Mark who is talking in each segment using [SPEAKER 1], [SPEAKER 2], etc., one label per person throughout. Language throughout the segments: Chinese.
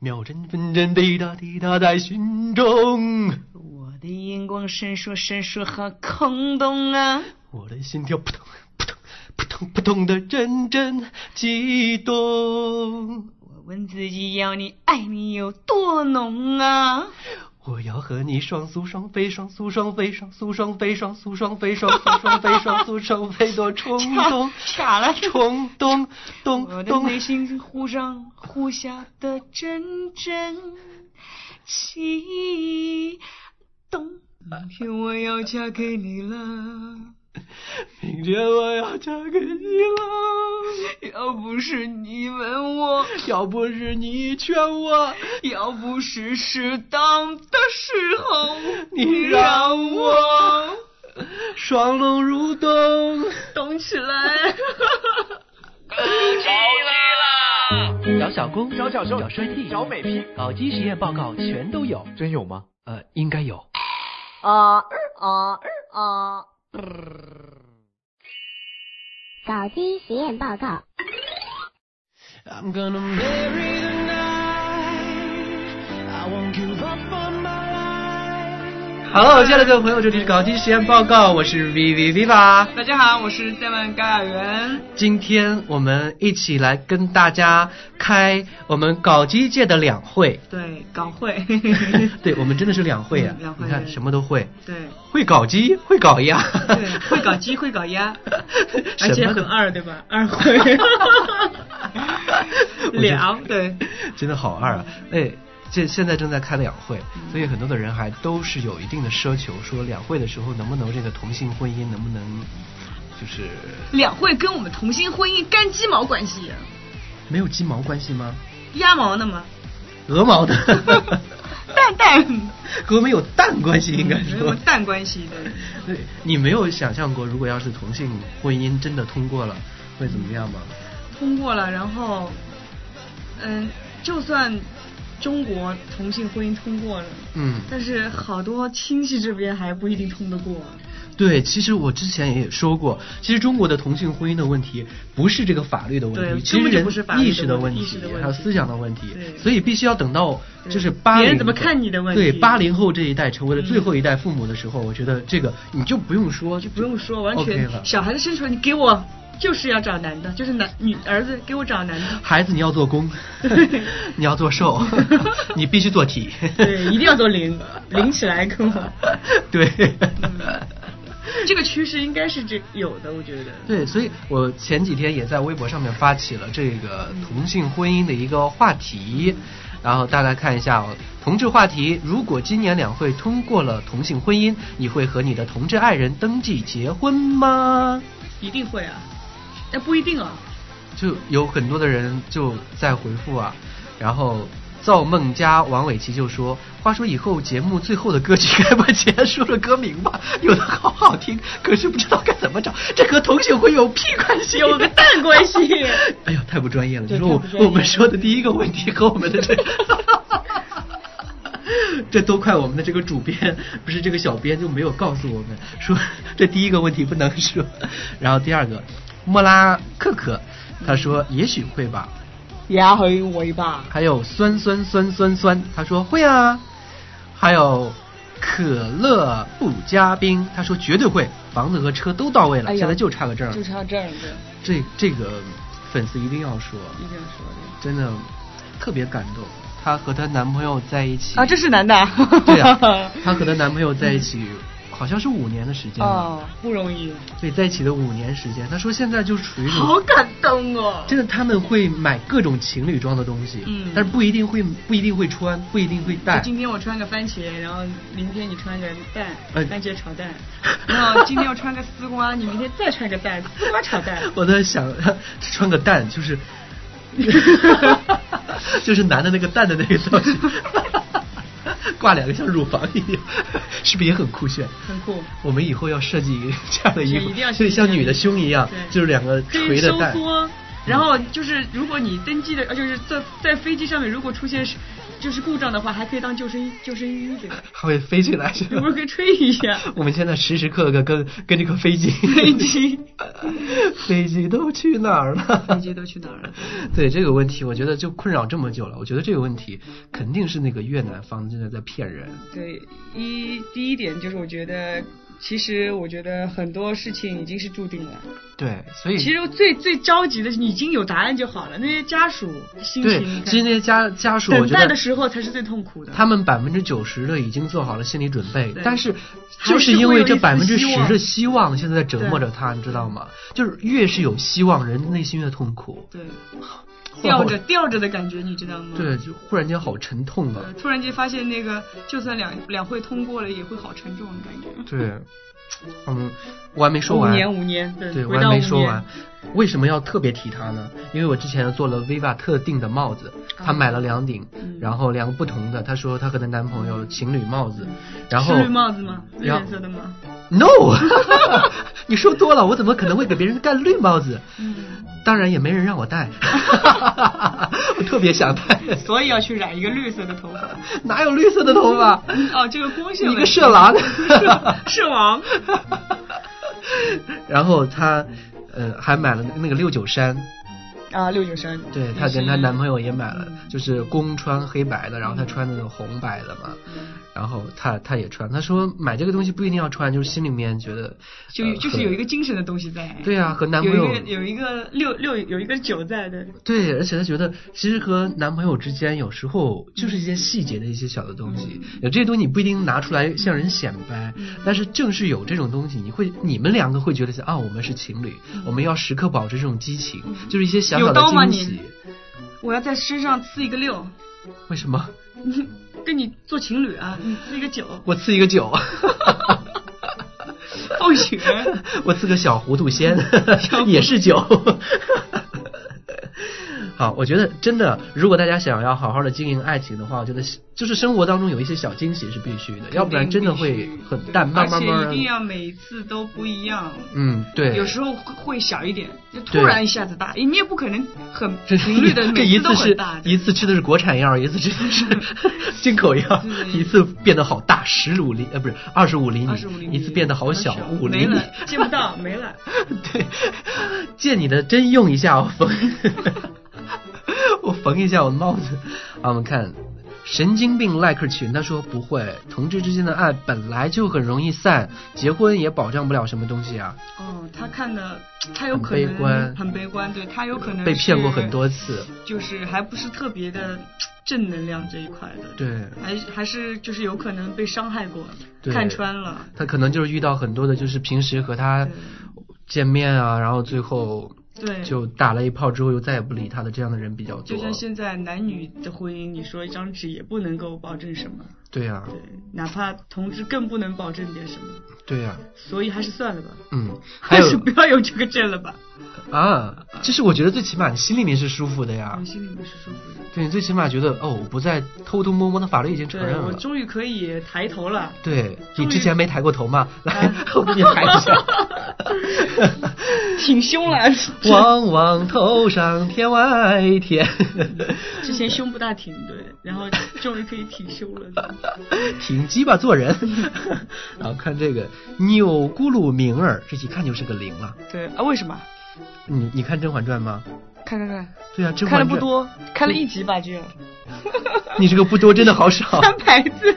[SPEAKER 1] 秒针分针滴答滴答在心中，
[SPEAKER 2] 我的眼光闪烁闪烁好空洞啊！
[SPEAKER 1] 我的心跳扑通扑通扑通扑通的阵阵悸动。
[SPEAKER 2] 我问自己，要你爱你有多浓啊？
[SPEAKER 1] 我要和你双宿双飞，双宿双飞，双宿双飞，双宿双飞，双宿双飞，双宿双飞，多冲动，
[SPEAKER 2] 傻了，
[SPEAKER 1] 冲动，动
[SPEAKER 2] 我的
[SPEAKER 1] 动。
[SPEAKER 2] 内心忽上忽下的阵阵悸动。明天我要嫁给你了，
[SPEAKER 1] 明天我要嫁给你了，
[SPEAKER 2] 要不是你吻我，
[SPEAKER 1] 要不是你劝我，
[SPEAKER 2] 要不是适当的时候
[SPEAKER 1] 你
[SPEAKER 2] 让
[SPEAKER 1] 让
[SPEAKER 2] 我
[SPEAKER 1] 双龙入洞。
[SPEAKER 2] 动起来。
[SPEAKER 1] 找小工，找小瘦，找帅 T，找美批，搞基实验报告全都有。
[SPEAKER 3] 真有吗？
[SPEAKER 1] 呃，应该有。
[SPEAKER 4] 啊啊啊！搞基实验报告。
[SPEAKER 1] I'm gonna marry the night. I won't give up on my life. 好，亲爱的各位朋友，这里是搞基实验报告，我是 V V V 吧。
[SPEAKER 2] 大家好，我是三万高雅媛。
[SPEAKER 1] 今天我们一起来跟大家开我们搞基界的两 会。
[SPEAKER 2] 对，搞 会。
[SPEAKER 1] 对，我们真的是两会啊！
[SPEAKER 2] 嗯两会
[SPEAKER 1] 你看
[SPEAKER 2] 对
[SPEAKER 1] 什么都会，
[SPEAKER 2] 对
[SPEAKER 1] 会搞基，会搞 鸭，
[SPEAKER 2] 对，会搞鸡，会搞鸭， 而
[SPEAKER 1] 什
[SPEAKER 2] 且
[SPEAKER 1] 么
[SPEAKER 2] 很
[SPEAKER 1] 都
[SPEAKER 2] 二，对吧？二会
[SPEAKER 1] 我觉得
[SPEAKER 2] 两对，
[SPEAKER 1] 真的好二啊！哎，这现在正在开两会，所以很多的人还都是有一定的奢求，说两会的时候能不能这个同性婚姻能不能就是
[SPEAKER 2] 两会跟我们同性婚姻干鸡毛关系？
[SPEAKER 1] 没有鸡毛关系吗？
[SPEAKER 2] 鸭毛呢吗？
[SPEAKER 1] 鹅毛的
[SPEAKER 2] 蛋蛋
[SPEAKER 1] 和我们有蛋关系应该
[SPEAKER 2] 没有
[SPEAKER 1] 说。
[SPEAKER 2] 蛋关系的。
[SPEAKER 1] 对，你没有想象过，如果要是同性婚姻真的通过了，会怎么样吗？
[SPEAKER 2] 通过了，然后，嗯，就算中国同性婚姻通过了，
[SPEAKER 1] 嗯，
[SPEAKER 2] 但是好多亲戚这边还不一定通得过。
[SPEAKER 1] 对，其实我之前也说过，其实中国的同性婚姻的问题不是这个法律的问
[SPEAKER 2] 对
[SPEAKER 1] 题，其实
[SPEAKER 2] 根本就
[SPEAKER 1] 人
[SPEAKER 2] 不是法律的
[SPEAKER 1] 意识
[SPEAKER 2] 问
[SPEAKER 1] 问
[SPEAKER 2] 题
[SPEAKER 1] 题
[SPEAKER 2] 意识的问题
[SPEAKER 1] 还有思想的问题
[SPEAKER 2] 对，
[SPEAKER 1] 所以必须要等到就是
[SPEAKER 2] 对
[SPEAKER 1] 八
[SPEAKER 2] 别
[SPEAKER 1] 零
[SPEAKER 2] 人怎么看你的问
[SPEAKER 1] 对
[SPEAKER 2] 题
[SPEAKER 1] 八零后这一代成为了最
[SPEAKER 2] 嗯
[SPEAKER 1] 后一代父母的时候，我觉得这个你就不用说，就
[SPEAKER 2] 不用说，完
[SPEAKER 1] OK
[SPEAKER 2] 全、
[SPEAKER 1] 了。
[SPEAKER 2] 小孩子生出来，你给我就是要找男的，就是男女儿子给我找男的，
[SPEAKER 1] 孩子，你要做 工，你要做瘦， 你必须做题。
[SPEAKER 2] 对，一定要做零零起来跟我。
[SPEAKER 1] 对。
[SPEAKER 2] 嗯这个趋势应该是这有的，我觉得。
[SPEAKER 1] 对，所以我前几天也在微博上面发起了这个同性婚姻的一个话题，然后大家看一下、哦，同志话题：如果今年两会通过了同性婚姻，你会和你的同志爱人登记结婚吗？
[SPEAKER 2] 一定会啊，哎，不一定啊。
[SPEAKER 1] 就有很多的人就在回复啊，然后。造梦家王伟奇就说：“话说以后节目最后的歌曲该把结束的歌名吧， 有的好好听，可是不知道该怎么找，这和同性婚有屁关系？
[SPEAKER 2] 有个蛋关系
[SPEAKER 1] 哎呦，太不专业了！你
[SPEAKER 2] 对
[SPEAKER 1] 说我
[SPEAKER 2] 太不专业
[SPEAKER 1] 我们说的第一个问题和我们的这， 这都怪我们的这个主编，不是这个小编就没有告诉我们说这第一个问题不能说。然后第二个，莫拉克克他说
[SPEAKER 2] 嗯
[SPEAKER 1] 也许会吧，
[SPEAKER 2] 也会会吧。
[SPEAKER 1] 还有酸酸酸酸酸，他说会啊，还有可乐不加冰，他说绝对会，房子和车都到位了，
[SPEAKER 2] 哎呀
[SPEAKER 1] 现在就差个证儿。
[SPEAKER 2] 就差这样子，
[SPEAKER 1] 这这个粉丝一定要说，
[SPEAKER 2] 一定要说的。
[SPEAKER 1] 真的特别感动。她和她男朋友在一起
[SPEAKER 2] 啊，这是男的啊。
[SPEAKER 1] 对 啊，她和她男朋友在一起好像是五年的时间了，
[SPEAKER 2] 哦，不容易，
[SPEAKER 1] 对，在一起的五年时间，她说现在就处于一种
[SPEAKER 2] 好感动啊哦。
[SPEAKER 1] 真的他们会买各种情侣装的东西，
[SPEAKER 2] 嗯
[SPEAKER 1] 但是不一定会不一定会穿，不一定会戴
[SPEAKER 2] 就。今天我穿个番茄，然后明天你穿个蛋，
[SPEAKER 1] 哎
[SPEAKER 2] 番茄炒蛋。然后今天我穿个丝瓜，你明天再穿个蛋，丝瓜炒蛋。
[SPEAKER 1] 我在想，穿个蛋就是， 就是男的那个蛋的那个造型， 挂两个像乳房一样，是不是也很酷炫？
[SPEAKER 2] 很酷。
[SPEAKER 1] 我们以后要设计这样的衣服，
[SPEAKER 2] 是一定要
[SPEAKER 1] 就
[SPEAKER 2] 设计
[SPEAKER 1] 像女的胸一样
[SPEAKER 2] 对，
[SPEAKER 1] 就是两个
[SPEAKER 2] 可以
[SPEAKER 1] 垂的嗯
[SPEAKER 2] 收
[SPEAKER 1] 蛋。
[SPEAKER 2] 缩，然后就是如果你登机的，呃就是在在飞机上面如果出现是就是故障的话，还可以当救生衣救生衣这个，
[SPEAKER 1] 还会飞起来是
[SPEAKER 2] 有
[SPEAKER 1] 吧
[SPEAKER 2] 没有？可以吹一下？
[SPEAKER 1] 我们现在时时刻刻跟跟这个飞机，
[SPEAKER 2] 飞机，
[SPEAKER 1] 飞机都去哪儿了？
[SPEAKER 2] 飞机都去哪儿了？
[SPEAKER 1] 对这个问题，我觉得就困扰这么久了。我觉得这个问题肯定是那个越南方真的在骗人。
[SPEAKER 2] 对，一第一点就是我觉得，其实我觉得很多事情已经是注定了。
[SPEAKER 1] 对，所以
[SPEAKER 2] 其实最最着急的是你已经有答案就好了，那些家属心
[SPEAKER 1] 对
[SPEAKER 2] 情，
[SPEAKER 1] 其实那些家家属，我
[SPEAKER 2] 等
[SPEAKER 1] 觉
[SPEAKER 2] 待
[SPEAKER 1] 得
[SPEAKER 2] 的时候才是最痛苦的。
[SPEAKER 1] 他们百分之九十的已经做好了心理准备
[SPEAKER 2] 对，
[SPEAKER 1] 但是
[SPEAKER 2] 还
[SPEAKER 1] 就是是因
[SPEAKER 2] 会
[SPEAKER 1] 为
[SPEAKER 2] 有
[SPEAKER 1] 这
[SPEAKER 2] 一丝
[SPEAKER 1] 百分之
[SPEAKER 2] 希
[SPEAKER 1] 十
[SPEAKER 2] 望
[SPEAKER 1] 的希望，现在在折磨
[SPEAKER 2] 对
[SPEAKER 1] 着他，你知道吗？就是越是有希望，人内心越痛苦。
[SPEAKER 2] 对
[SPEAKER 1] 忽
[SPEAKER 2] 吊着吊着的感觉，你知道吗？
[SPEAKER 1] 对，就忽然间好沉痛啊
[SPEAKER 2] 呃。突然间发现那个，就算两两会通过了，也会好沉重的感觉。
[SPEAKER 1] 对，嗯，我还没说
[SPEAKER 2] 五
[SPEAKER 1] 完。
[SPEAKER 2] 年五年，对
[SPEAKER 1] 对，我
[SPEAKER 2] 回
[SPEAKER 1] 还
[SPEAKER 2] 到
[SPEAKER 1] 没
[SPEAKER 2] 五
[SPEAKER 1] 说
[SPEAKER 2] 年
[SPEAKER 1] 完。为什么要特别提它呢？因为我之前做了 viva 特定的帽子，她
[SPEAKER 2] 啊
[SPEAKER 1] 买了两顶，
[SPEAKER 2] 嗯
[SPEAKER 1] 然后两个不同的。她说她和她男朋友情侣帽子，然后
[SPEAKER 2] 是绿帽子吗？绿
[SPEAKER 1] 然后
[SPEAKER 2] 颜色的吗？
[SPEAKER 1] no，你说多了，我怎么可能会给别人戴绿帽子？
[SPEAKER 2] 嗯，
[SPEAKER 1] 当然也没人让我戴， 我特别想戴，
[SPEAKER 2] 所以要去染一个绿色的头发。
[SPEAKER 1] 哪有绿色的头发？
[SPEAKER 2] 哦，这个光线
[SPEAKER 1] 你
[SPEAKER 2] 问题。
[SPEAKER 1] 个色 狼！
[SPEAKER 2] 色狼。
[SPEAKER 1] 然后她，呃，还买了那个六九衫，
[SPEAKER 2] 啊，六九三。
[SPEAKER 1] 对她跟她男朋友也买了，就是公穿黑白的，然后她穿那种红白的嘛，然后她她也穿，她说买这个东西不一定要穿，就是心里面觉得
[SPEAKER 2] 就
[SPEAKER 1] 呃
[SPEAKER 2] 就是
[SPEAKER 1] 和
[SPEAKER 2] 有一个精神的东西在。
[SPEAKER 1] 对啊，和男朋友
[SPEAKER 2] 有一个有一个六六有一个九在的，
[SPEAKER 1] 对，而且她觉得其实和男朋友之间有时候就是一些细节的一些小的东
[SPEAKER 2] 嗯
[SPEAKER 1] 西，有这些东西你不一定拿出来向人显摆，但是正是有这种东西，你会你们两个会觉得是啊，我们是情侣，我们要时刻保持这种激情，就是一些小小
[SPEAKER 2] 嗯有
[SPEAKER 1] 的
[SPEAKER 2] 刀吗
[SPEAKER 1] 惊
[SPEAKER 2] 你
[SPEAKER 1] 喜。
[SPEAKER 2] 我要在身上刺一个六，
[SPEAKER 1] 为什么？
[SPEAKER 2] 跟你做情侣啊，你刺一个九，
[SPEAKER 1] 我刺一个九。
[SPEAKER 2] 暴雪，
[SPEAKER 1] 我刺个小糊涂仙， 也是酒。好，我觉得真的，如果大家想要好好的经营爱情的话，我觉得就是生活当中有一些小惊喜是必须 的，要不然真的会很淡，慢慢慢
[SPEAKER 2] 而且一定
[SPEAKER 1] 慢。
[SPEAKER 2] 要每一次都不一样。
[SPEAKER 1] 嗯，对。
[SPEAKER 2] 有时候会会小一点，就突
[SPEAKER 1] 对
[SPEAKER 2] 然一下子大，你也不可能很
[SPEAKER 1] 这
[SPEAKER 2] 频率的
[SPEAKER 1] 这
[SPEAKER 2] 每
[SPEAKER 1] 一
[SPEAKER 2] 都
[SPEAKER 1] 次
[SPEAKER 2] 很
[SPEAKER 1] 是
[SPEAKER 2] 大。
[SPEAKER 1] 一次吃的是国产药，一次吃 的是进口药，一次变得好大十五厘呃不是二十五厘
[SPEAKER 2] 二十五
[SPEAKER 1] 米，
[SPEAKER 2] 厘米，
[SPEAKER 1] 一次变得好小五厘
[SPEAKER 2] 没
[SPEAKER 1] 米
[SPEAKER 2] 了。，见不到，没了。
[SPEAKER 1] 对， 借你的针用一下，我缝， 我缝一下我的帽子。啊，我们看，神经病赖克群他说不会，同志之间的爱本来就很容易散，结婚也保障不了什么东西啊，
[SPEAKER 2] 哦，他看的，他有
[SPEAKER 1] 很
[SPEAKER 2] 可
[SPEAKER 1] 悲
[SPEAKER 2] 能
[SPEAKER 1] 观
[SPEAKER 2] 很悲观，对他有可能
[SPEAKER 1] 被骗过
[SPEAKER 2] 是
[SPEAKER 1] 很多次。
[SPEAKER 2] 就是还不是特别的正能量这一块的，，
[SPEAKER 1] 对，
[SPEAKER 2] 还是还是就是有可能被伤害过，
[SPEAKER 1] 对
[SPEAKER 2] 看穿了，
[SPEAKER 1] 他可能就是遇到很多的，就是平时和他
[SPEAKER 2] 对
[SPEAKER 1] 见面啊，然后最后
[SPEAKER 2] 对，
[SPEAKER 1] 就打了一炮之后又再也不理他的这样的人比较
[SPEAKER 2] 就
[SPEAKER 1] 多。
[SPEAKER 2] 像现在男女的婚姻，你说一张纸也不能够保证什么，
[SPEAKER 1] 对啊呀、
[SPEAKER 2] 对，哪怕同志更不能保证点什么，
[SPEAKER 1] 对呀、
[SPEAKER 2] 所以还是算了吧，
[SPEAKER 1] 嗯，还
[SPEAKER 2] 还是
[SPEAKER 1] 有
[SPEAKER 2] 不要有这个证了吧，
[SPEAKER 1] 啊，就是我觉得最起码你心里面是舒服的呀
[SPEAKER 2] 我。心里面是舒服的，
[SPEAKER 1] 对你最起码觉得哦，我不再偷偷摸摸的，法律已经承认
[SPEAKER 2] 对我
[SPEAKER 1] 了。
[SPEAKER 2] 终于可以抬头 了，
[SPEAKER 1] 对你
[SPEAKER 2] 终于
[SPEAKER 1] 之前没抬过头吗？来
[SPEAKER 2] 啊，
[SPEAKER 1] 我给你抬一下。
[SPEAKER 2] 挺胸 了，
[SPEAKER 1] 望望头上天外天，
[SPEAKER 2] 之前胸不大挺对，然后终于可以挺胸了。
[SPEAKER 1] 挺鸡巴做人。然后看这个钮咕噜明儿，这一看就是个零了。
[SPEAKER 2] 对啊，为什么？
[SPEAKER 1] 你你看《甄嬛传》吗？
[SPEAKER 2] 看看看，
[SPEAKER 1] 对啊，《甄嬛
[SPEAKER 2] 看了
[SPEAKER 1] 传》
[SPEAKER 2] 不，多，看了一集吧，只有
[SPEAKER 1] 你这个不多真的好 少。
[SPEAKER 2] 三百 字。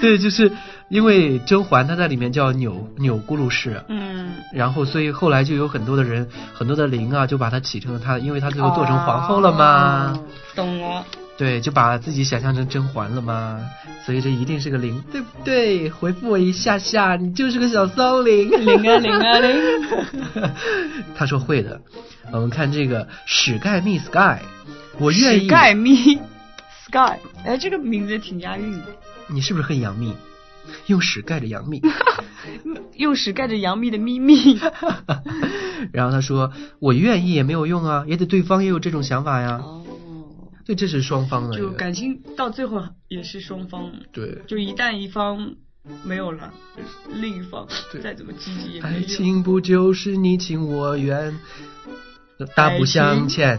[SPEAKER 1] 对，就是因为甄嬛她在里面叫钮钮咕噜氏，
[SPEAKER 2] 嗯，
[SPEAKER 1] 然后，所以后来就有很多的人，很多的灵啊，就把她起成了她，因为她最后做成皇后了嘛，
[SPEAKER 2] 哦？懂嗯了，
[SPEAKER 1] 对，就把自己想象成甄嬛了嘛，所以这一定是个灵，对不对？回复我一下下，你就是个小骚灵，
[SPEAKER 2] 零啊零啊 零。
[SPEAKER 1] 他说会的，我们看这个史盖密 Sky，我愿意，
[SPEAKER 2] 盖 咪 sky，哎，这个名字挺押韵的，
[SPEAKER 1] 你是不是恨杨幂？用屎盖着杨幂。
[SPEAKER 2] 用屎盖着杨幂的咪咪。
[SPEAKER 1] 然后他说：“我愿意也没有用啊，也得对方也有这种想法呀。
[SPEAKER 2] 哦，
[SPEAKER 1] 对，这是双方的一
[SPEAKER 2] 就
[SPEAKER 1] 个。
[SPEAKER 2] 感情到最后也是双方，
[SPEAKER 1] 对，
[SPEAKER 2] 就一旦一方没有了，另一方
[SPEAKER 1] 对
[SPEAKER 2] 再怎么积极也没
[SPEAKER 1] 爱
[SPEAKER 2] 用。
[SPEAKER 1] 情不就是你情我愿？大步向前，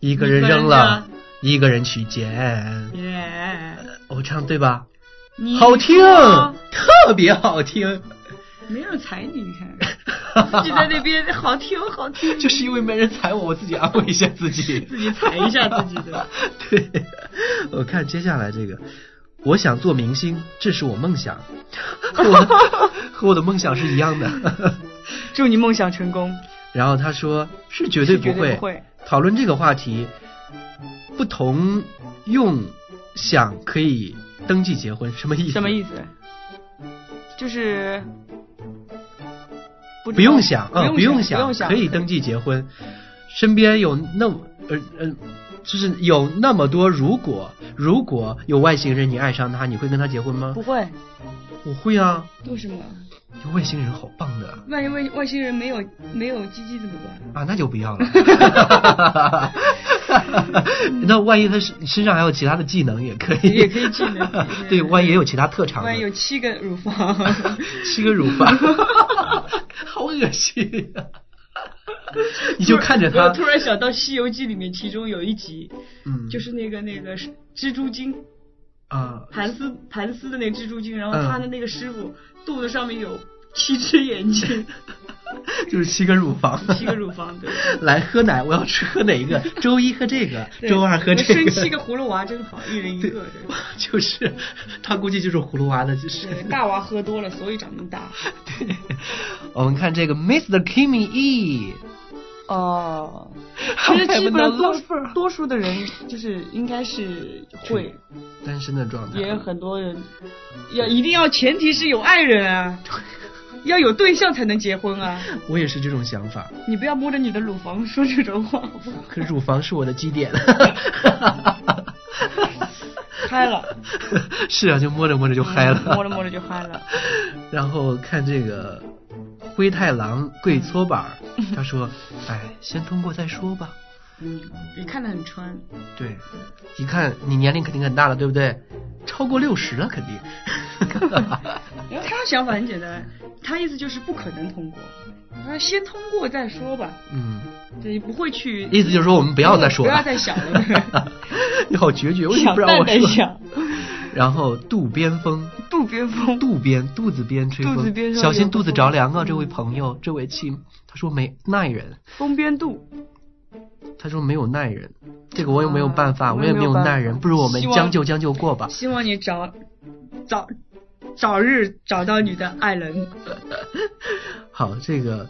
[SPEAKER 1] 一个人扔了，一个人去捡。
[SPEAKER 2] 耶，
[SPEAKER 1] 我唱对吧？
[SPEAKER 2] 你
[SPEAKER 1] 好听
[SPEAKER 2] 说，
[SPEAKER 1] 特别好听。
[SPEAKER 2] 没人踩你，你看， 就在那边好听好听，
[SPEAKER 1] 就是因为没人踩我，我自己安慰一下自己，
[SPEAKER 2] 自己踩一下自己的。
[SPEAKER 1] 对，我看接下来这个，我想做明星，这是我梦想，和我的和我的梦想是一样的。
[SPEAKER 2] 祝你梦想成功。
[SPEAKER 1] 然后他说是绝对
[SPEAKER 2] 是绝
[SPEAKER 1] 不会
[SPEAKER 2] 对不会
[SPEAKER 1] 讨论这个话题，不同用想可以登记结婚，什么意思？
[SPEAKER 2] 什么意
[SPEAKER 1] 思？
[SPEAKER 2] 思？就是不知道
[SPEAKER 1] 不用想啊，
[SPEAKER 2] 不
[SPEAKER 1] 用
[SPEAKER 2] 想，不用想，
[SPEAKER 1] 可以登记结婚。身边有那么呃呃，就是有那么多如果如果有外星人，你爱上他，你会跟他结婚吗
[SPEAKER 2] 不？会？
[SPEAKER 1] 我会啊，
[SPEAKER 2] 为什么？
[SPEAKER 1] 有外星人好棒的啊
[SPEAKER 2] 万一外外星人没有没有鸡鸡怎么办？
[SPEAKER 1] 啊，那就不要了。 那万一他身身上还有其他的技能也可以，
[SPEAKER 2] 也可以技能
[SPEAKER 1] 对，万一也有其他特长呢，
[SPEAKER 2] 万一有七个乳房，
[SPEAKER 1] 吃个乳 房，好恶心呀、你 就看着
[SPEAKER 2] 我
[SPEAKER 1] 他，
[SPEAKER 2] 突然想到《西游记》里面，其中有一集
[SPEAKER 1] 嗯，
[SPEAKER 2] 就是那个那个蜘蛛精。
[SPEAKER 1] 啊，
[SPEAKER 2] 盘丝盘丝的那个蜘蛛精，然后
[SPEAKER 1] 嗯
[SPEAKER 2] 他的那个师傅肚子上面有七只 眼睛，
[SPEAKER 1] 就是七个乳房，
[SPEAKER 2] 七个乳房，对。
[SPEAKER 1] 来喝奶，我要吃喝哪一 个？周一喝这个，
[SPEAKER 2] 对
[SPEAKER 1] 周二喝这
[SPEAKER 2] 生
[SPEAKER 1] 个，
[SPEAKER 2] 七个葫芦娃真好，一人一个。
[SPEAKER 1] 对 就是他估计就是葫芦娃的，就是
[SPEAKER 2] 对，大娃喝多了，所以长那么大。
[SPEAKER 1] 对。 我们看这个 Mr. Kimmy E，
[SPEAKER 2] 哦，
[SPEAKER 1] 好
[SPEAKER 2] 其实基本
[SPEAKER 1] 拍
[SPEAKER 2] 上多
[SPEAKER 1] 不到
[SPEAKER 2] 数多数的人就是应该是会，
[SPEAKER 1] 单身的状态，
[SPEAKER 2] 也有很多人要一定要前提是有爱人啊， 要有对象才能结婚啊。
[SPEAKER 1] 我也是这种想法。
[SPEAKER 2] 你不要摸着你的乳房 说这种话，好不好？
[SPEAKER 1] 可乳房是我的基点。
[SPEAKER 2] 嗨了，嗯
[SPEAKER 1] 是啊，就摸着摸着就嗨了。
[SPEAKER 2] 摸着摸着就嗨了。
[SPEAKER 1] 然后看这个灰太狼跪搓板儿，他说：“哎，先通过再说吧。
[SPEAKER 2] 嗯，你看得很穿，”
[SPEAKER 1] 对，一看你年龄肯定很大了，对不对？超过六十了肯 定。
[SPEAKER 2] 然后他想法很简单，他意思就是不可能通过，他先通过再说吧，
[SPEAKER 1] 嗯，
[SPEAKER 2] 对，不会去
[SPEAKER 1] 意思就是说我们不要再说了，
[SPEAKER 2] 不要再想 了
[SPEAKER 1] 你好决绝，为什么不让我
[SPEAKER 2] 想淡
[SPEAKER 1] 说？
[SPEAKER 2] 淡想
[SPEAKER 1] 然后渡边风，
[SPEAKER 2] 渡边风
[SPEAKER 1] 渡边肚子边吹风，
[SPEAKER 2] 肚子边上
[SPEAKER 1] 小
[SPEAKER 2] 有
[SPEAKER 1] 心
[SPEAKER 2] 个
[SPEAKER 1] 肚子
[SPEAKER 2] 风
[SPEAKER 1] 着凉啊！这位朋友，这位亲，他说没耐人，
[SPEAKER 2] 风边渡，
[SPEAKER 1] 他说没有耐人，这个我也没有
[SPEAKER 2] 啊
[SPEAKER 1] 办法，
[SPEAKER 2] 我
[SPEAKER 1] 我
[SPEAKER 2] 也
[SPEAKER 1] 也
[SPEAKER 2] 没
[SPEAKER 1] 没
[SPEAKER 2] 有
[SPEAKER 1] 有
[SPEAKER 2] 办
[SPEAKER 1] 耐
[SPEAKER 2] 法
[SPEAKER 1] 人，不如我们
[SPEAKER 2] 希望
[SPEAKER 1] 将就将就过吧。
[SPEAKER 2] 希望你找早早日找到你的爱人。
[SPEAKER 1] 好，这个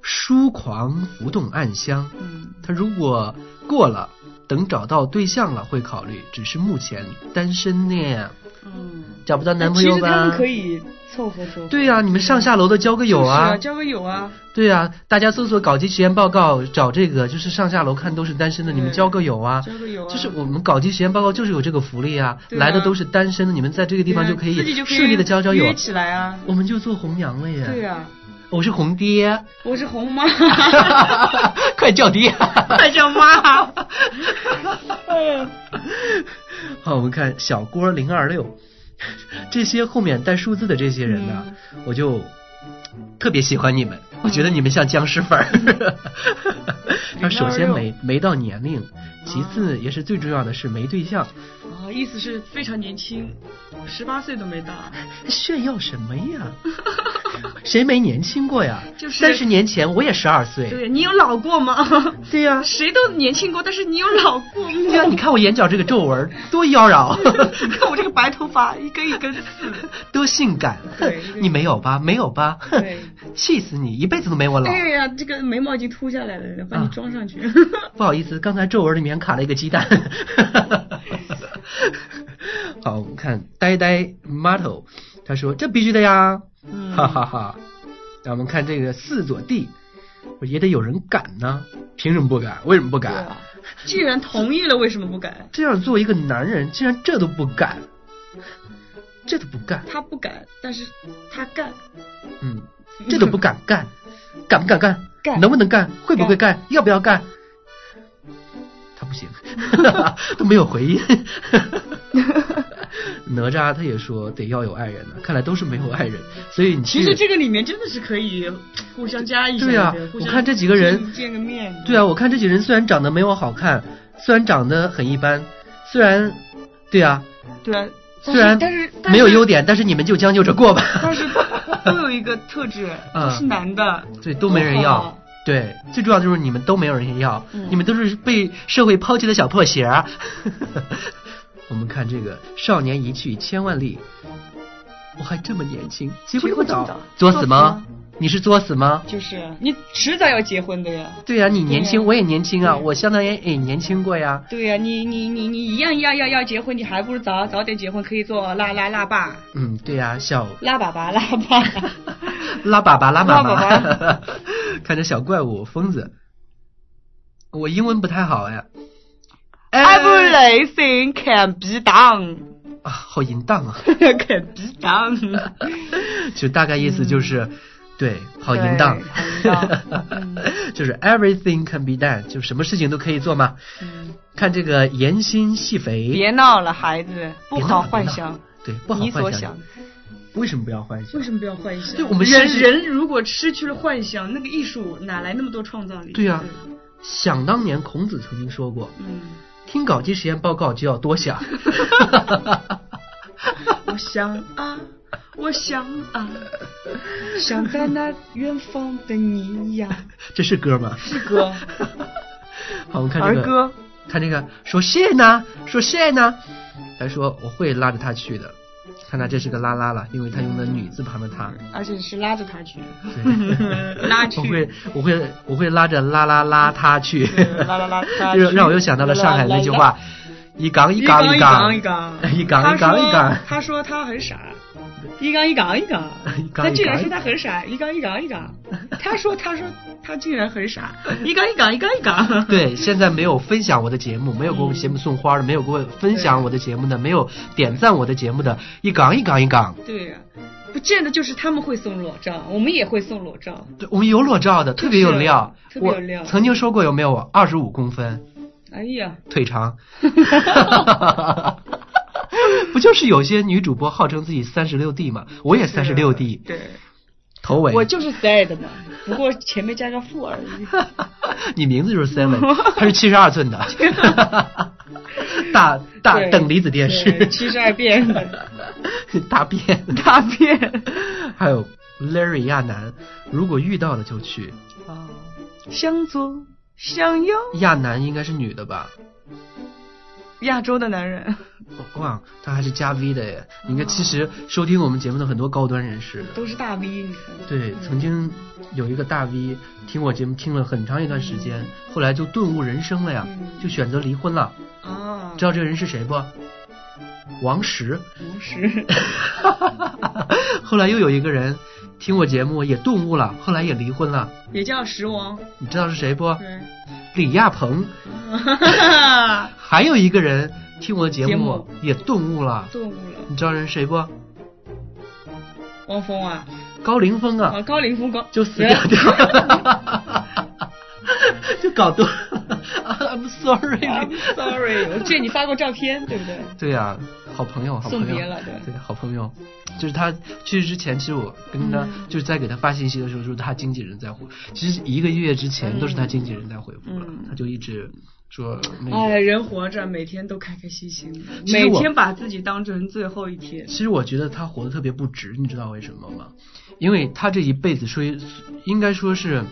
[SPEAKER 1] 疏狂浮动暗香，
[SPEAKER 2] 嗯，
[SPEAKER 1] 他如果过了，等找到对象了会考虑，只是目前单身呢，
[SPEAKER 2] 嗯，
[SPEAKER 1] 找不到男朋
[SPEAKER 2] 其
[SPEAKER 1] 友
[SPEAKER 2] 实他
[SPEAKER 1] 吧
[SPEAKER 2] 们？可以凑合凑合。
[SPEAKER 1] 对呀、你们上下楼的交个友
[SPEAKER 2] 就是
[SPEAKER 1] 啊
[SPEAKER 2] 啊，，交个友啊，
[SPEAKER 1] 对呀、大家搜索搞基实验报告，找这个就是上下楼看都是单身的，你们
[SPEAKER 2] 对
[SPEAKER 1] 交个友啊。
[SPEAKER 2] 交个友啊，
[SPEAKER 1] 就是我们搞基实验报告就是有这个福利啊，
[SPEAKER 2] 对啊
[SPEAKER 1] 来的都是单身的，你们在这个地方
[SPEAKER 2] 对啊
[SPEAKER 1] 就可以
[SPEAKER 2] 自己就可以
[SPEAKER 1] 顺利的交交友
[SPEAKER 2] 约，起来啊。
[SPEAKER 1] 我们就做红娘了耶。
[SPEAKER 2] 对呀、啊，
[SPEAKER 1] 我是红 爹，
[SPEAKER 2] 我是红妈。
[SPEAKER 1] 快叫 爹。
[SPEAKER 2] 快叫 妈！哎呀，
[SPEAKER 1] 好，我们看小郭零二六，这些后面带数字的这些人呢，
[SPEAKER 2] 嗯
[SPEAKER 1] 我就特别喜欢你们，我觉得你们像僵尸粉 儿。他首先没没到年龄，
[SPEAKER 2] 嗯
[SPEAKER 1] 其次也是最重要的是没对 象，
[SPEAKER 2] 啊，意思是非常年轻，十八岁都没到。啊
[SPEAKER 1] 炫耀什么呀？谁没年轻过呀？
[SPEAKER 2] 就是
[SPEAKER 1] 三十年前我也十二岁。
[SPEAKER 2] 对你有老过吗？
[SPEAKER 1] 对呀、
[SPEAKER 2] 谁都年轻过，但是你有老过 吗？
[SPEAKER 1] 对呀、你看我眼角这个皱纹儿多妖 娆。
[SPEAKER 2] 你看我这个白头发一根一根刺。
[SPEAKER 1] 多性感！
[SPEAKER 2] 对
[SPEAKER 1] 你没有吧？没有吧？哼
[SPEAKER 2] 对
[SPEAKER 1] 气死你！一辈子都没我老。
[SPEAKER 2] 哎呀，这个眉毛已经秃下来了，把你
[SPEAKER 1] 啊
[SPEAKER 2] 装 上去。
[SPEAKER 1] 不好意思，刚才皱纹里面卡了一个鸡蛋。 好，我们看呆呆 Mato，他说这必须的呀，
[SPEAKER 2] 嗯
[SPEAKER 1] 哈哈哈。那我们看这个四左弟，我也得有人敢呢，凭什么不敢？为什么不
[SPEAKER 2] 对
[SPEAKER 1] 敢
[SPEAKER 2] 啊？既然同意了，为什么不敢？
[SPEAKER 1] 这样作为一个男人，竟然这都不敢，这都不干，
[SPEAKER 2] 他不敢，但是他干。
[SPEAKER 1] 嗯， 这都不敢干，敢不敢干？
[SPEAKER 2] 干
[SPEAKER 1] 能不能干？会不会干？要不要干？ 他不行，都没有回应。哪吒他也说得要有爱人呢、啊看来都是没有爱人，所以你
[SPEAKER 2] 其实这
[SPEAKER 1] 个
[SPEAKER 2] 个里面真的是可以互相加一下
[SPEAKER 1] 对啊
[SPEAKER 2] 的互
[SPEAKER 1] 我
[SPEAKER 2] 相
[SPEAKER 1] 看这几个人
[SPEAKER 2] 见见个面，
[SPEAKER 1] 对啊，我看这几人虽然长得没我好看，虽然长得很一般，虽然对啊，
[SPEAKER 2] 对啊，
[SPEAKER 1] 虽然
[SPEAKER 2] 但是但是
[SPEAKER 1] 没有优，点，但是你们就将就着过吧。
[SPEAKER 2] 但 是都有一个特质，
[SPEAKER 1] 嗯
[SPEAKER 2] 都是男的，
[SPEAKER 1] 对，都没人
[SPEAKER 2] 好
[SPEAKER 1] 要。对，最重要就是你们都没有人要，
[SPEAKER 2] 嗯
[SPEAKER 1] 你们都是被社会抛弃的小破鞋儿。 我们看这个“少年一去千万里”，我还这么年轻，结婚这么
[SPEAKER 2] 结婚这么
[SPEAKER 1] 早
[SPEAKER 2] 早，
[SPEAKER 1] 作死吗
[SPEAKER 2] 作？
[SPEAKER 1] 你是作死吗？
[SPEAKER 2] 就是你迟早要结婚的呀。
[SPEAKER 1] 对呀、你年轻，
[SPEAKER 2] 对
[SPEAKER 1] 我也年轻啊，
[SPEAKER 2] 对
[SPEAKER 1] 我相当于也年轻过呀。
[SPEAKER 2] 对呀、你你你你一样要要要结婚，你还不如早早点结婚，可以做拉拉拉爸、
[SPEAKER 1] 嗯，对呀、小
[SPEAKER 2] 拉粑粑、拉爸。
[SPEAKER 1] 拉粑粑拉粑
[SPEAKER 2] 拉粑
[SPEAKER 1] 粑， 看着小怪物疯子，我英文不太好哎。
[SPEAKER 2] Everything can be done,
[SPEAKER 1] 啊，好淫荡啊！
[SPEAKER 2] can be done。
[SPEAKER 1] 就大概意思就是，对，好淫荡
[SPEAKER 2] 嗯对好淫荡嗯，
[SPEAKER 1] 就是 everything can be done，就什么事情都可以做嘛。
[SPEAKER 2] 嗯
[SPEAKER 1] 看这个盐心细肥，
[SPEAKER 2] 别闹了，孩子，不
[SPEAKER 1] 别闹
[SPEAKER 2] 好
[SPEAKER 1] 别
[SPEAKER 2] 幻
[SPEAKER 1] 闹
[SPEAKER 2] 想，
[SPEAKER 1] 对，不好
[SPEAKER 2] 你所
[SPEAKER 1] 幻想
[SPEAKER 2] 想。，
[SPEAKER 1] 为什么不要幻想？
[SPEAKER 2] 为什么不要幻想？
[SPEAKER 1] 对我们现
[SPEAKER 2] 人
[SPEAKER 1] 实
[SPEAKER 2] 人如果失去了幻想，那个艺术哪来那么多创造力？
[SPEAKER 1] 对呀、想当年孔子曾经说过，
[SPEAKER 2] 嗯，
[SPEAKER 1] 听稿机实验报告就要多 想。
[SPEAKER 2] 我想啊，我想 啊，想在那远方的 你呀，
[SPEAKER 1] 这是歌吗？
[SPEAKER 2] 是哥，
[SPEAKER 1] 好，我们看这
[SPEAKER 2] 儿
[SPEAKER 1] 个
[SPEAKER 2] 歌，
[SPEAKER 1] 看这个说谢呢，说谢呢，他说我会拉着他去的。看来这是个拉拉了，因为他用的女字旁的他。
[SPEAKER 2] 而且是拉着他去的，
[SPEAKER 1] 对
[SPEAKER 2] 拉
[SPEAKER 1] 我会
[SPEAKER 2] 去。
[SPEAKER 1] 我会我会拉着拉拉拉他去
[SPEAKER 2] 对，拉拉拉 他去
[SPEAKER 1] 让让我又想到了上海那句
[SPEAKER 2] 拉拉
[SPEAKER 1] 话
[SPEAKER 2] 拉，
[SPEAKER 1] 一杠一杠
[SPEAKER 2] 杠
[SPEAKER 1] 杠
[SPEAKER 2] 杠一
[SPEAKER 1] 一杠一
[SPEAKER 2] 杠他
[SPEAKER 1] 杠
[SPEAKER 2] 说
[SPEAKER 1] 一杠，
[SPEAKER 2] 他说他很傻，一杠一杠一杠
[SPEAKER 1] 一，杠
[SPEAKER 2] 他
[SPEAKER 1] 一
[SPEAKER 2] 竟然
[SPEAKER 1] 杠
[SPEAKER 2] 说
[SPEAKER 1] 一
[SPEAKER 2] 他很傻，一杠一杠 一杠，他说他说他竟然很傻，一杠一杠一杠一杠，
[SPEAKER 1] 对，现在没有分享我的节目，没有给我
[SPEAKER 2] 嗯
[SPEAKER 1] 节目送花的，没有给我分享我的节目的，没有点赞我的节目的，一杠一杠一杠。
[SPEAKER 2] 对呀、不见得就是他们会送裸照，我们也会送裸照，
[SPEAKER 1] 对，我们有裸照的，特别有料。
[SPEAKER 2] 特别有料
[SPEAKER 1] 我曾经说过有没有？我二十五公分，
[SPEAKER 2] 哎呀，
[SPEAKER 1] 腿 长。 不就是有些女主播号称自己三十六 D 嘛？我也三十六 D，
[SPEAKER 2] 对，
[SPEAKER 1] 头围。
[SPEAKER 2] 啊我就是 sad 嘛，不过前面加个负而已。
[SPEAKER 1] 你名字就是 Seven，它是七十二寸 的，大大
[SPEAKER 2] 对
[SPEAKER 1] 等离子电视，
[SPEAKER 2] 七十二变的
[SPEAKER 1] 大便。
[SPEAKER 2] 大变。
[SPEAKER 1] 还有 Larry 亚楠，如果遇到了就去。
[SPEAKER 2] 啊，向左，向右，
[SPEAKER 1] 亚楠应该是女的吧？
[SPEAKER 2] 亚洲的男人
[SPEAKER 1] 哇，她还是加 V 的耶！
[SPEAKER 2] 哦
[SPEAKER 1] 你看，其实收听我们节目的很多高端人士的，
[SPEAKER 2] 都是大 V，你看。
[SPEAKER 1] 对，曾经有一个大 V 听我节目听了很长一段时间，后来就顿悟人生了呀，
[SPEAKER 2] 嗯
[SPEAKER 1] 就选择离婚了。
[SPEAKER 2] 啊，
[SPEAKER 1] 知道这个人是谁不？王石。
[SPEAKER 2] 同时，
[SPEAKER 1] 后来又有一个人听我节目也顿悟了，后来也离婚了。
[SPEAKER 2] 也叫石王，
[SPEAKER 1] 你知道是谁不？
[SPEAKER 2] 对，
[SPEAKER 1] 李亚鹏。 还有一个人听我的节
[SPEAKER 2] 节
[SPEAKER 1] 目
[SPEAKER 2] 目
[SPEAKER 1] 也顿悟了，
[SPEAKER 2] 顿悟了。
[SPEAKER 1] 你知道人是谁不？
[SPEAKER 2] 汪峰啊，
[SPEAKER 1] 高凌风
[SPEAKER 2] 啊，
[SPEAKER 1] 啊，
[SPEAKER 2] 高凌风高
[SPEAKER 1] 就死掉 掉， 就搞多了。I'm sorry，
[SPEAKER 2] I'm sorry，我记得你发过照片，对不对？
[SPEAKER 1] 对呀、好朋友，好朋友，
[SPEAKER 2] 送别了对
[SPEAKER 1] 好朋友。就是他去世之前，其实我跟他、
[SPEAKER 2] 嗯
[SPEAKER 1] 就是在给他发信息的时候，就是他经纪人在回，其实一个月之前都是他经纪人在回复了，
[SPEAKER 2] 嗯
[SPEAKER 1] 他就一直说那个。
[SPEAKER 2] 哎，人活着每天都开开心心的，
[SPEAKER 1] 其实
[SPEAKER 2] 每
[SPEAKER 1] 我
[SPEAKER 2] 天把自己当成最后一天。
[SPEAKER 1] 其实我觉得他活得特别不值，你知道为什么吗？因为他这一辈子说，应该说是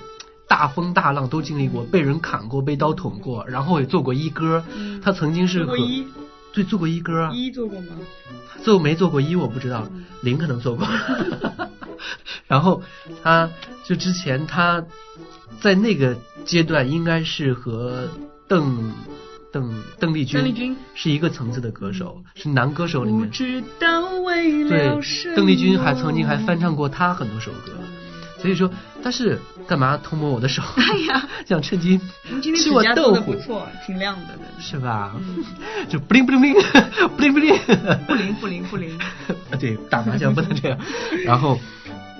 [SPEAKER 1] 大风大浪都经历过，被人砍过，被刀捅过，然后也做过一哥。
[SPEAKER 2] 嗯
[SPEAKER 1] 他曾经是
[SPEAKER 2] 做过
[SPEAKER 1] 和
[SPEAKER 2] 一
[SPEAKER 1] 对做过一哥啊，
[SPEAKER 2] 一做过吗？
[SPEAKER 1] 做没做过一我不知道，零可能做过。 然后他就之前他在那个阶段应该是和邓邓邓丽君
[SPEAKER 2] 邓丽君
[SPEAKER 1] 是一个层次的歌手，是男歌手里
[SPEAKER 2] 不
[SPEAKER 1] 面。
[SPEAKER 2] 知道为了什
[SPEAKER 1] 对，
[SPEAKER 2] 么。
[SPEAKER 1] 邓丽君还曾经还翻唱过她很多首歌，所以说，但是干嘛偷摸我的手？哎
[SPEAKER 2] 呀，
[SPEAKER 1] 想趁机
[SPEAKER 2] 您嗯今天
[SPEAKER 1] 吃
[SPEAKER 2] 指
[SPEAKER 1] 我
[SPEAKER 2] 甲做
[SPEAKER 1] 豆
[SPEAKER 2] 的
[SPEAKER 1] 腐
[SPEAKER 2] 不，错，嗯挺亮的。
[SPEAKER 1] 是吧？ 就不灵不灵不 灵不灵不灵
[SPEAKER 2] 不灵不灵不灵，
[SPEAKER 1] 对，打麻将不能 这样。然后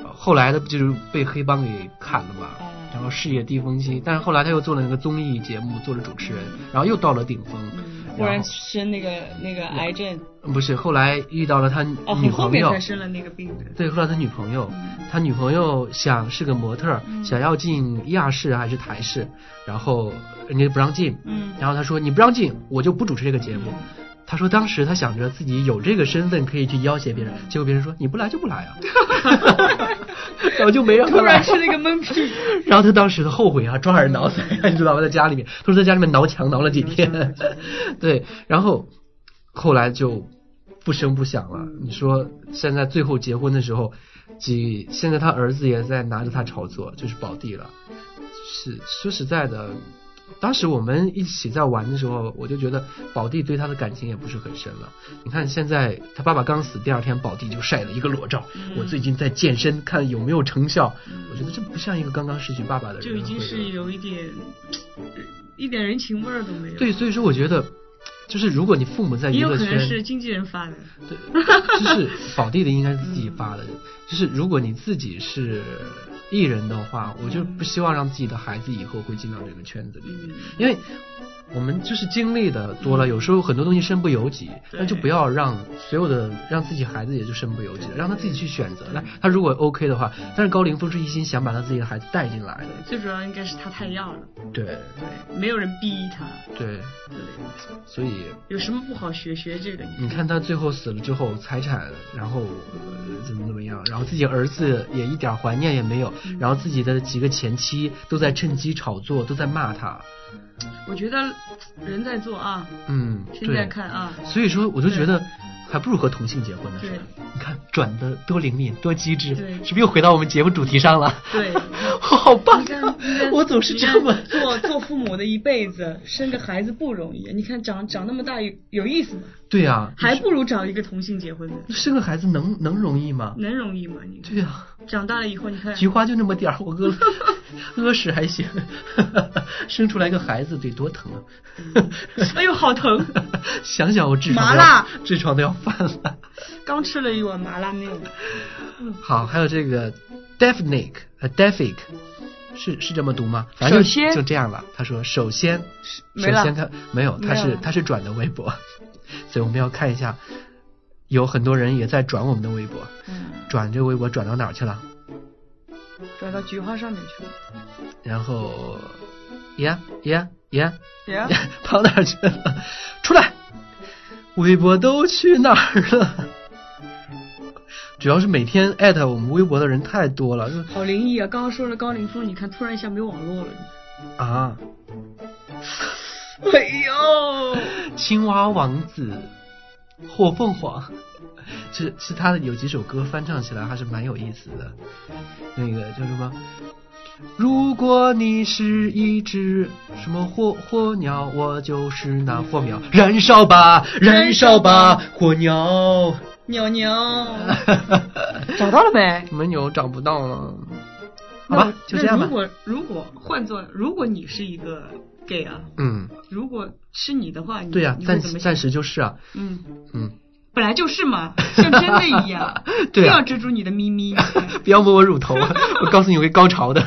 [SPEAKER 1] 呃后来的就是被黑帮给砍了嘛
[SPEAKER 2] 哦，
[SPEAKER 1] 然后事业低峰期。但是后来他又做了那个综艺节目，做了主持人，然后又到了顶峰
[SPEAKER 2] 嗯， 忽然
[SPEAKER 1] 然后嗯
[SPEAKER 2] 生那个那个癌症，
[SPEAKER 1] 不是，后来遇到了他
[SPEAKER 2] 哦，
[SPEAKER 1] 女
[SPEAKER 2] 很后
[SPEAKER 1] 朋
[SPEAKER 2] 面
[SPEAKER 1] 友，
[SPEAKER 2] 才生了那个病的。
[SPEAKER 1] 对，后来他女朋友
[SPEAKER 2] 嗯，
[SPEAKER 1] 他女朋友想是个模特儿，
[SPEAKER 2] 嗯
[SPEAKER 1] 想要进亚视还是台视，然后人家不让进，
[SPEAKER 2] 嗯
[SPEAKER 1] 然后他说你不让进，我就不主持这个节目。
[SPEAKER 2] 嗯
[SPEAKER 1] 他说当时他想着自己有这个身份可以去要挟别人，
[SPEAKER 2] 嗯
[SPEAKER 1] 结果别人说你不来就不来 啊，然后就没让他
[SPEAKER 2] 突
[SPEAKER 1] 来
[SPEAKER 2] 然。吃了一个闷屁，
[SPEAKER 1] 然后他当时的后悔啊，抓耳挠腮啊，你知道吗？在家里面，他说在家里面挠墙挠了几
[SPEAKER 2] 嗯
[SPEAKER 1] 天，对，然后后来就不声不响了。你说现在最后结婚的时候，几现在他儿子也在拿着他炒作，就是宝弟了。是说实在的，当时我们一起在玩的时候，我就觉得宝弟对他的感情也不是很深了。你看现在他爸爸刚死，第二天宝弟就晒了一个裸照，我最近在健身，看有没有成效。我觉得这不像一个刚刚失去爸爸的人
[SPEAKER 2] 就已经
[SPEAKER 1] 会
[SPEAKER 2] 是有一点，一点人情味儿都没有。
[SPEAKER 1] 对，，所以说我觉得，就是如果你父母在
[SPEAKER 2] 也
[SPEAKER 1] 娱
[SPEAKER 2] 有
[SPEAKER 1] 乐
[SPEAKER 2] 可能
[SPEAKER 1] 圈，
[SPEAKER 2] 是经纪人发的。
[SPEAKER 1] 对，就是宝弟的应该是自己发的，就是如果你自己是艺人的话，我就不希望让自己的孩子以后会进到这个圈子里面，
[SPEAKER 2] 嗯
[SPEAKER 1] 因为我们就是经历的多了，有时候很多东西身不由己，
[SPEAKER 2] 对
[SPEAKER 1] 那就不要让所有的让自己孩子也就身不由己了，让他自己去选择。那他如果 OK 的话，但是高凌风是一心想把他自己的孩子带进来的，
[SPEAKER 2] 最主要应该是他太要了，
[SPEAKER 1] 对
[SPEAKER 2] 对，没有人逼他，
[SPEAKER 1] 对，
[SPEAKER 2] 对，
[SPEAKER 1] 所以
[SPEAKER 2] 有什么不好学学这个。
[SPEAKER 1] 你看他最后死了之后，财产，然后、呃怎么怎么样，然后自己儿子也一点怀念也没有，然后自己的几个前妻都在趁机炒作，都在骂他。
[SPEAKER 2] 我觉得人在做啊，
[SPEAKER 1] 嗯，
[SPEAKER 2] 现在
[SPEAKER 1] 对。
[SPEAKER 2] 看 啊，
[SPEAKER 1] 所以说，我就觉得
[SPEAKER 2] 对
[SPEAKER 1] 还不如和同性结婚呢。是吧你看转的多灵敏，多机智，
[SPEAKER 2] 对
[SPEAKER 1] 是不是又回到我们节目主题上了？
[SPEAKER 2] 对
[SPEAKER 1] 好棒
[SPEAKER 2] 你看
[SPEAKER 1] 啊
[SPEAKER 2] 你！看
[SPEAKER 1] 我总是这么
[SPEAKER 2] 你看做做父母的一辈子，生个孩子不容易。你看长长那么大有有意思吗？
[SPEAKER 1] 对啊，
[SPEAKER 2] 还不如找一个同性结婚的，
[SPEAKER 1] 生个孩子能能容易吗？
[SPEAKER 2] 能容易吗？你看
[SPEAKER 1] 对啊。
[SPEAKER 2] 长大了以后，你看
[SPEAKER 1] 菊花就那么点儿，我饿饿屎还行，生出来个孩子得多疼啊！
[SPEAKER 2] 哎呦，好疼！
[SPEAKER 1] 想想我痔疮
[SPEAKER 2] 麻
[SPEAKER 1] 都
[SPEAKER 2] 辣
[SPEAKER 1] 要痔疮都要犯了。
[SPEAKER 2] 刚吃了一碗麻辣面，
[SPEAKER 1] 好，还有这个 Defnic 呃 Defic 是是这么读吗？反正
[SPEAKER 2] 首先
[SPEAKER 1] 就就这样了。他说首先首
[SPEAKER 2] 没了
[SPEAKER 1] 先他没有，他
[SPEAKER 2] 没
[SPEAKER 1] 是
[SPEAKER 2] 了
[SPEAKER 1] 他是转的微博，所以我们要看一下，有很多人也在转我们的微博，
[SPEAKER 2] 嗯，
[SPEAKER 1] 转这个微博转到哪儿去了？
[SPEAKER 2] 转到菊花上面去了。
[SPEAKER 1] 然后耶耶耶。
[SPEAKER 2] 呀
[SPEAKER 1] 跑哪儿去了？出来！微博都去哪儿了？主要是每天艾特我们微博的人太多了，说
[SPEAKER 2] 好灵异啊！刚刚说了高凌风，你看突然一下没网络了。
[SPEAKER 1] 啊，
[SPEAKER 2] 哎呦，
[SPEAKER 1] 青蛙王子，火凤凰，是是他的有几首歌翻唱起来还是蛮有意思的。那个叫什么？如果你是一只什么火火鸟，我就是那火苗，燃烧吧，燃烧吧，火鸟。
[SPEAKER 2] 鸟鸟， 找到了 呗。
[SPEAKER 1] 没有找不到了。好
[SPEAKER 2] 那
[SPEAKER 1] 吧，就这样
[SPEAKER 2] 哦那
[SPEAKER 1] 吧
[SPEAKER 2] 如。果如果换做，如果你是一个 gay 啊，
[SPEAKER 1] 嗯，
[SPEAKER 2] 如果是你的话，你
[SPEAKER 1] 对呀、啊
[SPEAKER 2] 你会
[SPEAKER 1] 暂
[SPEAKER 2] 怎么想
[SPEAKER 1] 暂时就是啊，
[SPEAKER 2] 嗯，
[SPEAKER 1] 嗯，，
[SPEAKER 2] 本来就是嘛，像真的一样
[SPEAKER 1] 对
[SPEAKER 2] 非
[SPEAKER 1] 啊
[SPEAKER 2] 要遮住你的 咪咪。
[SPEAKER 1] 不要摸我乳头，啊 我告诉你我会高潮的。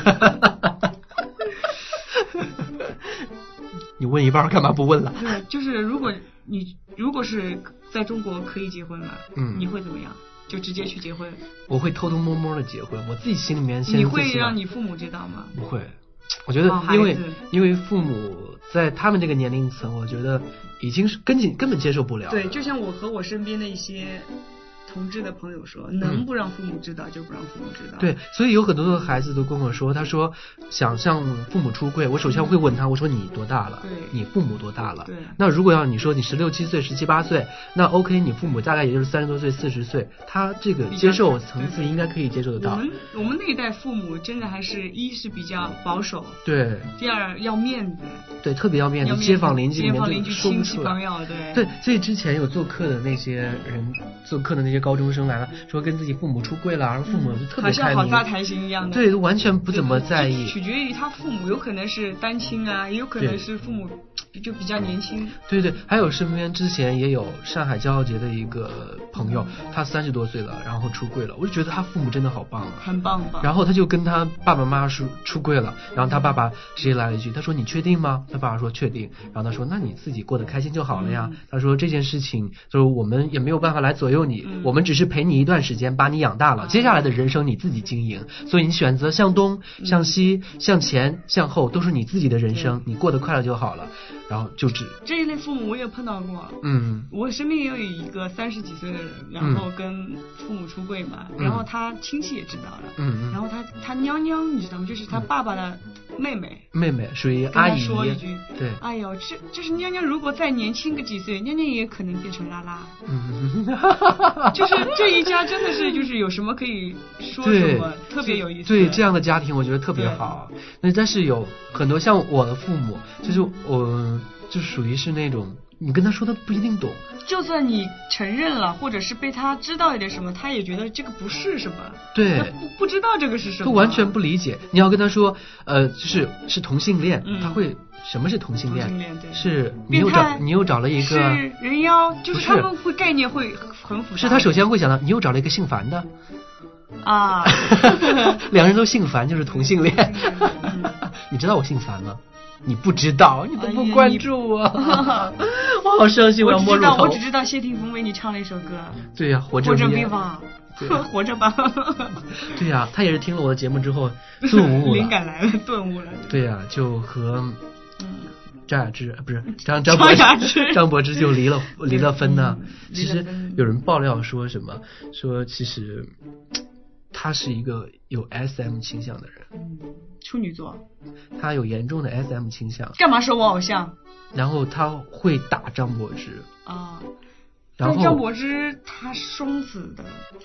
[SPEAKER 1] 你问一半儿干嘛不问了？
[SPEAKER 2] 对，就是如果你如果是在中国可以结婚了，
[SPEAKER 1] 嗯
[SPEAKER 2] 你会怎么样？就直接去结婚？
[SPEAKER 1] 我会偷偷摸摸的结婚，我自己心里面先
[SPEAKER 2] 你
[SPEAKER 1] 自
[SPEAKER 2] 会
[SPEAKER 1] 己
[SPEAKER 2] 让你父母知道吗？
[SPEAKER 1] 不会，我觉得
[SPEAKER 2] 好孩
[SPEAKER 1] 因为、
[SPEAKER 2] 子
[SPEAKER 1] 因为父母在他们这个年龄层，我觉得已经是根本根本接受不了了。
[SPEAKER 2] 对，就像我和我身边的一些同志的朋友说，能不让父母知道就不让父母知道。
[SPEAKER 1] 嗯对，，所以有很多的孩子都跟我说，他说想向父母出柜，我首先会问他，我说你多大了
[SPEAKER 2] 嗯对？
[SPEAKER 1] 你父母多大了
[SPEAKER 2] 对？
[SPEAKER 1] 那如果要你说你十六七岁、十七八岁，那 OK，你父母大概也就是三十多岁、四十岁，他这个
[SPEAKER 2] 比较
[SPEAKER 1] 接受
[SPEAKER 2] 对
[SPEAKER 1] 层次
[SPEAKER 2] 对
[SPEAKER 1] 应该可以接受得
[SPEAKER 2] 我
[SPEAKER 1] 到。
[SPEAKER 2] 们我们那一代父母真的还是一是比较保守，
[SPEAKER 1] 对
[SPEAKER 2] 第二要面子，
[SPEAKER 1] 对，特别要面
[SPEAKER 2] 要
[SPEAKER 1] 子，
[SPEAKER 2] 面子
[SPEAKER 1] 街坊邻居里
[SPEAKER 2] 街
[SPEAKER 1] 面
[SPEAKER 2] 坊
[SPEAKER 1] 都
[SPEAKER 2] 邻居
[SPEAKER 1] 说
[SPEAKER 2] 亲
[SPEAKER 1] 不
[SPEAKER 2] 戚
[SPEAKER 1] 出
[SPEAKER 2] 朋
[SPEAKER 1] 来。
[SPEAKER 2] 友，对
[SPEAKER 1] 对，所以之前有做客的那些人，做客的那些高中生来了，说跟自己父母出柜了，然后父母就特别
[SPEAKER 2] 嗯好像
[SPEAKER 1] 开
[SPEAKER 2] 好
[SPEAKER 1] 明，
[SPEAKER 2] 大开心一样的。
[SPEAKER 1] 对，完全不怎么在意
[SPEAKER 2] 就。取决于他父母，有可能是单亲啊，也有可能
[SPEAKER 1] 对
[SPEAKER 2] 是父母就比较年轻。
[SPEAKER 1] 对对，还有身边之前也有上海骄傲节的一个朋友，他三十多岁了，然后出柜了，我就觉得他父母真的好棒啊。
[SPEAKER 2] 很棒吧？
[SPEAKER 1] 然后他就跟他爸爸妈妈说出柜了，然后他爸爸直接来了一句：“他说你确定吗？”他爸爸说确定。然后他说：“那你自己过得开心就好了呀。他说：“这件事情，他说我们也没有办法来左右你，
[SPEAKER 2] 嗯
[SPEAKER 1] 我们只是陪你一段时间，把你养大了，接下来的人生你自己经营。所以你选择向东、向西、向前、向后，都是你自己的人生，你过得快乐就好了。”然后就只
[SPEAKER 2] 这一类父母我也碰到过，
[SPEAKER 1] 嗯
[SPEAKER 2] 我身边也有一个三十几岁的人，然后跟父母出柜嘛，
[SPEAKER 1] 嗯
[SPEAKER 2] 然后他亲戚也知道了，
[SPEAKER 1] 嗯
[SPEAKER 2] 然
[SPEAKER 1] 嗯，
[SPEAKER 2] 后他他娘娘你知道吗？就是他爸爸的妹妹。
[SPEAKER 1] 妹妹属于
[SPEAKER 2] 跟
[SPEAKER 1] 阿
[SPEAKER 2] 他
[SPEAKER 1] 姨
[SPEAKER 2] 说一句，
[SPEAKER 1] 对，
[SPEAKER 2] 哎呦，这这是娘娘，如果再年轻个几岁，娘娘也可能变成拉拉。
[SPEAKER 1] 嗯，哈哈哈哈
[SPEAKER 2] 就是这一家真的是就是有什么可以说什
[SPEAKER 1] 对
[SPEAKER 2] 么，， 特别有意思。
[SPEAKER 1] 对这样的家庭，我觉得特别
[SPEAKER 2] 对
[SPEAKER 1] 好。那但是有很多像我的父母，就是我就属于是那种，你跟他说他不一定懂。
[SPEAKER 2] 就算你承认了，或者是被他知道一点什么，他也觉得这个不是什么，他
[SPEAKER 1] 对，
[SPEAKER 2] 不不知道这个是什
[SPEAKER 1] 他
[SPEAKER 2] 么，
[SPEAKER 1] 完全不理解。你要跟他说，呃，就是是同性恋，
[SPEAKER 2] 嗯
[SPEAKER 1] 他会什么是同性
[SPEAKER 2] 同
[SPEAKER 1] 恋？
[SPEAKER 2] 性恋对
[SPEAKER 1] 是你又
[SPEAKER 2] 变态
[SPEAKER 1] 找你又找了一
[SPEAKER 2] 是
[SPEAKER 1] 个，
[SPEAKER 2] 人妖，就
[SPEAKER 1] 不
[SPEAKER 2] 是他
[SPEAKER 1] 是
[SPEAKER 2] 们会概念会很复杂。
[SPEAKER 1] 是他首先会想到你又找了一个姓樊的，
[SPEAKER 2] 啊，
[SPEAKER 1] 两人都姓樊就是同性恋
[SPEAKER 2] 嗯。
[SPEAKER 1] 你知道我姓樊吗？你不知道，你都
[SPEAKER 2] 哎呀
[SPEAKER 1] 不
[SPEAKER 2] 你
[SPEAKER 1] 关注我，
[SPEAKER 2] 哎
[SPEAKER 1] 我好伤心，我
[SPEAKER 2] 我
[SPEAKER 1] 要
[SPEAKER 2] 只
[SPEAKER 1] 摸
[SPEAKER 2] 知
[SPEAKER 1] 乳
[SPEAKER 2] 道
[SPEAKER 1] 头
[SPEAKER 2] 我只。知道谢霆锋为你唱了一首歌，
[SPEAKER 1] 对呀、活
[SPEAKER 2] 活
[SPEAKER 1] 着
[SPEAKER 2] 着
[SPEAKER 1] 咪
[SPEAKER 2] 咪。吧
[SPEAKER 1] 对，
[SPEAKER 2] 活着吧，
[SPEAKER 1] 对呀、他也是听了我的节目之后顿悟
[SPEAKER 2] 灵
[SPEAKER 1] 了。
[SPEAKER 2] 感来了，顿悟了。
[SPEAKER 1] 对呀、就和
[SPEAKER 2] 嗯，
[SPEAKER 1] 张雅芝不是张张柏
[SPEAKER 2] 张雅 芝
[SPEAKER 1] 张柏芝就离了离了婚呢
[SPEAKER 2] 嗯。
[SPEAKER 1] 其
[SPEAKER 2] 离了
[SPEAKER 1] 实
[SPEAKER 2] 婚
[SPEAKER 1] 有人爆料说什么说其实他是一个有 SM 倾向的人，
[SPEAKER 2] 嗯处女座，
[SPEAKER 1] 他有严重的 SM 倾向，
[SPEAKER 2] 干嘛说我偶像
[SPEAKER 1] 然后他会打张柏芝，
[SPEAKER 2] 啊？
[SPEAKER 1] 然
[SPEAKER 2] 但张
[SPEAKER 1] 后
[SPEAKER 2] 柏芝她双子的，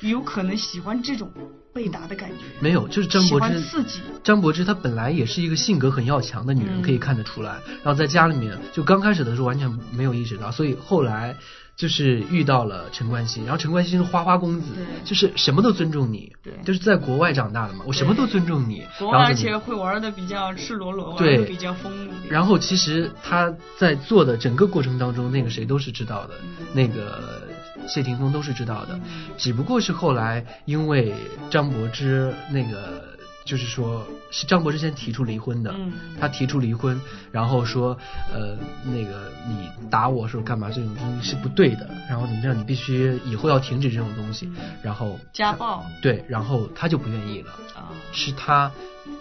[SPEAKER 2] 有可能喜欢这种被打的感觉，
[SPEAKER 1] 没有就是张
[SPEAKER 2] 喜
[SPEAKER 1] 柏
[SPEAKER 2] 欢
[SPEAKER 1] 芝
[SPEAKER 2] 刺激。
[SPEAKER 1] 张柏芝她本来也是一个性格很要强的女人，
[SPEAKER 2] 嗯
[SPEAKER 1] 可以看得出来。然后在家里面，就刚开始的时候完全没有意识到，所以后来就是遇到了陈冠希，然后陈冠希是花花公子，
[SPEAKER 2] 对
[SPEAKER 1] 就是什么都尊重你，
[SPEAKER 2] 对
[SPEAKER 1] 就是在国外长大的嘛，我什么都尊重你，
[SPEAKER 2] 国
[SPEAKER 1] 然后
[SPEAKER 2] 外而
[SPEAKER 1] 怎么
[SPEAKER 2] 且会玩的比较赤裸裸，玩
[SPEAKER 1] 对
[SPEAKER 2] 的比较疯一点。
[SPEAKER 1] 然后其实他在做的整个过程当中，那个谁都是知道的，
[SPEAKER 2] 嗯
[SPEAKER 1] 那个谢霆锋都是知道的，只不过是后来因为张柏芝那个就是说是张柏芝先提出离婚的，
[SPEAKER 2] 嗯
[SPEAKER 1] 他提出离婚，然后说呃那个你打我说干嘛这种东西是不对的，然后你这样你必须以后要停止这种东西，然后
[SPEAKER 2] 家暴
[SPEAKER 1] 对，然后他就不愿意了。
[SPEAKER 2] 啊，
[SPEAKER 1] 是他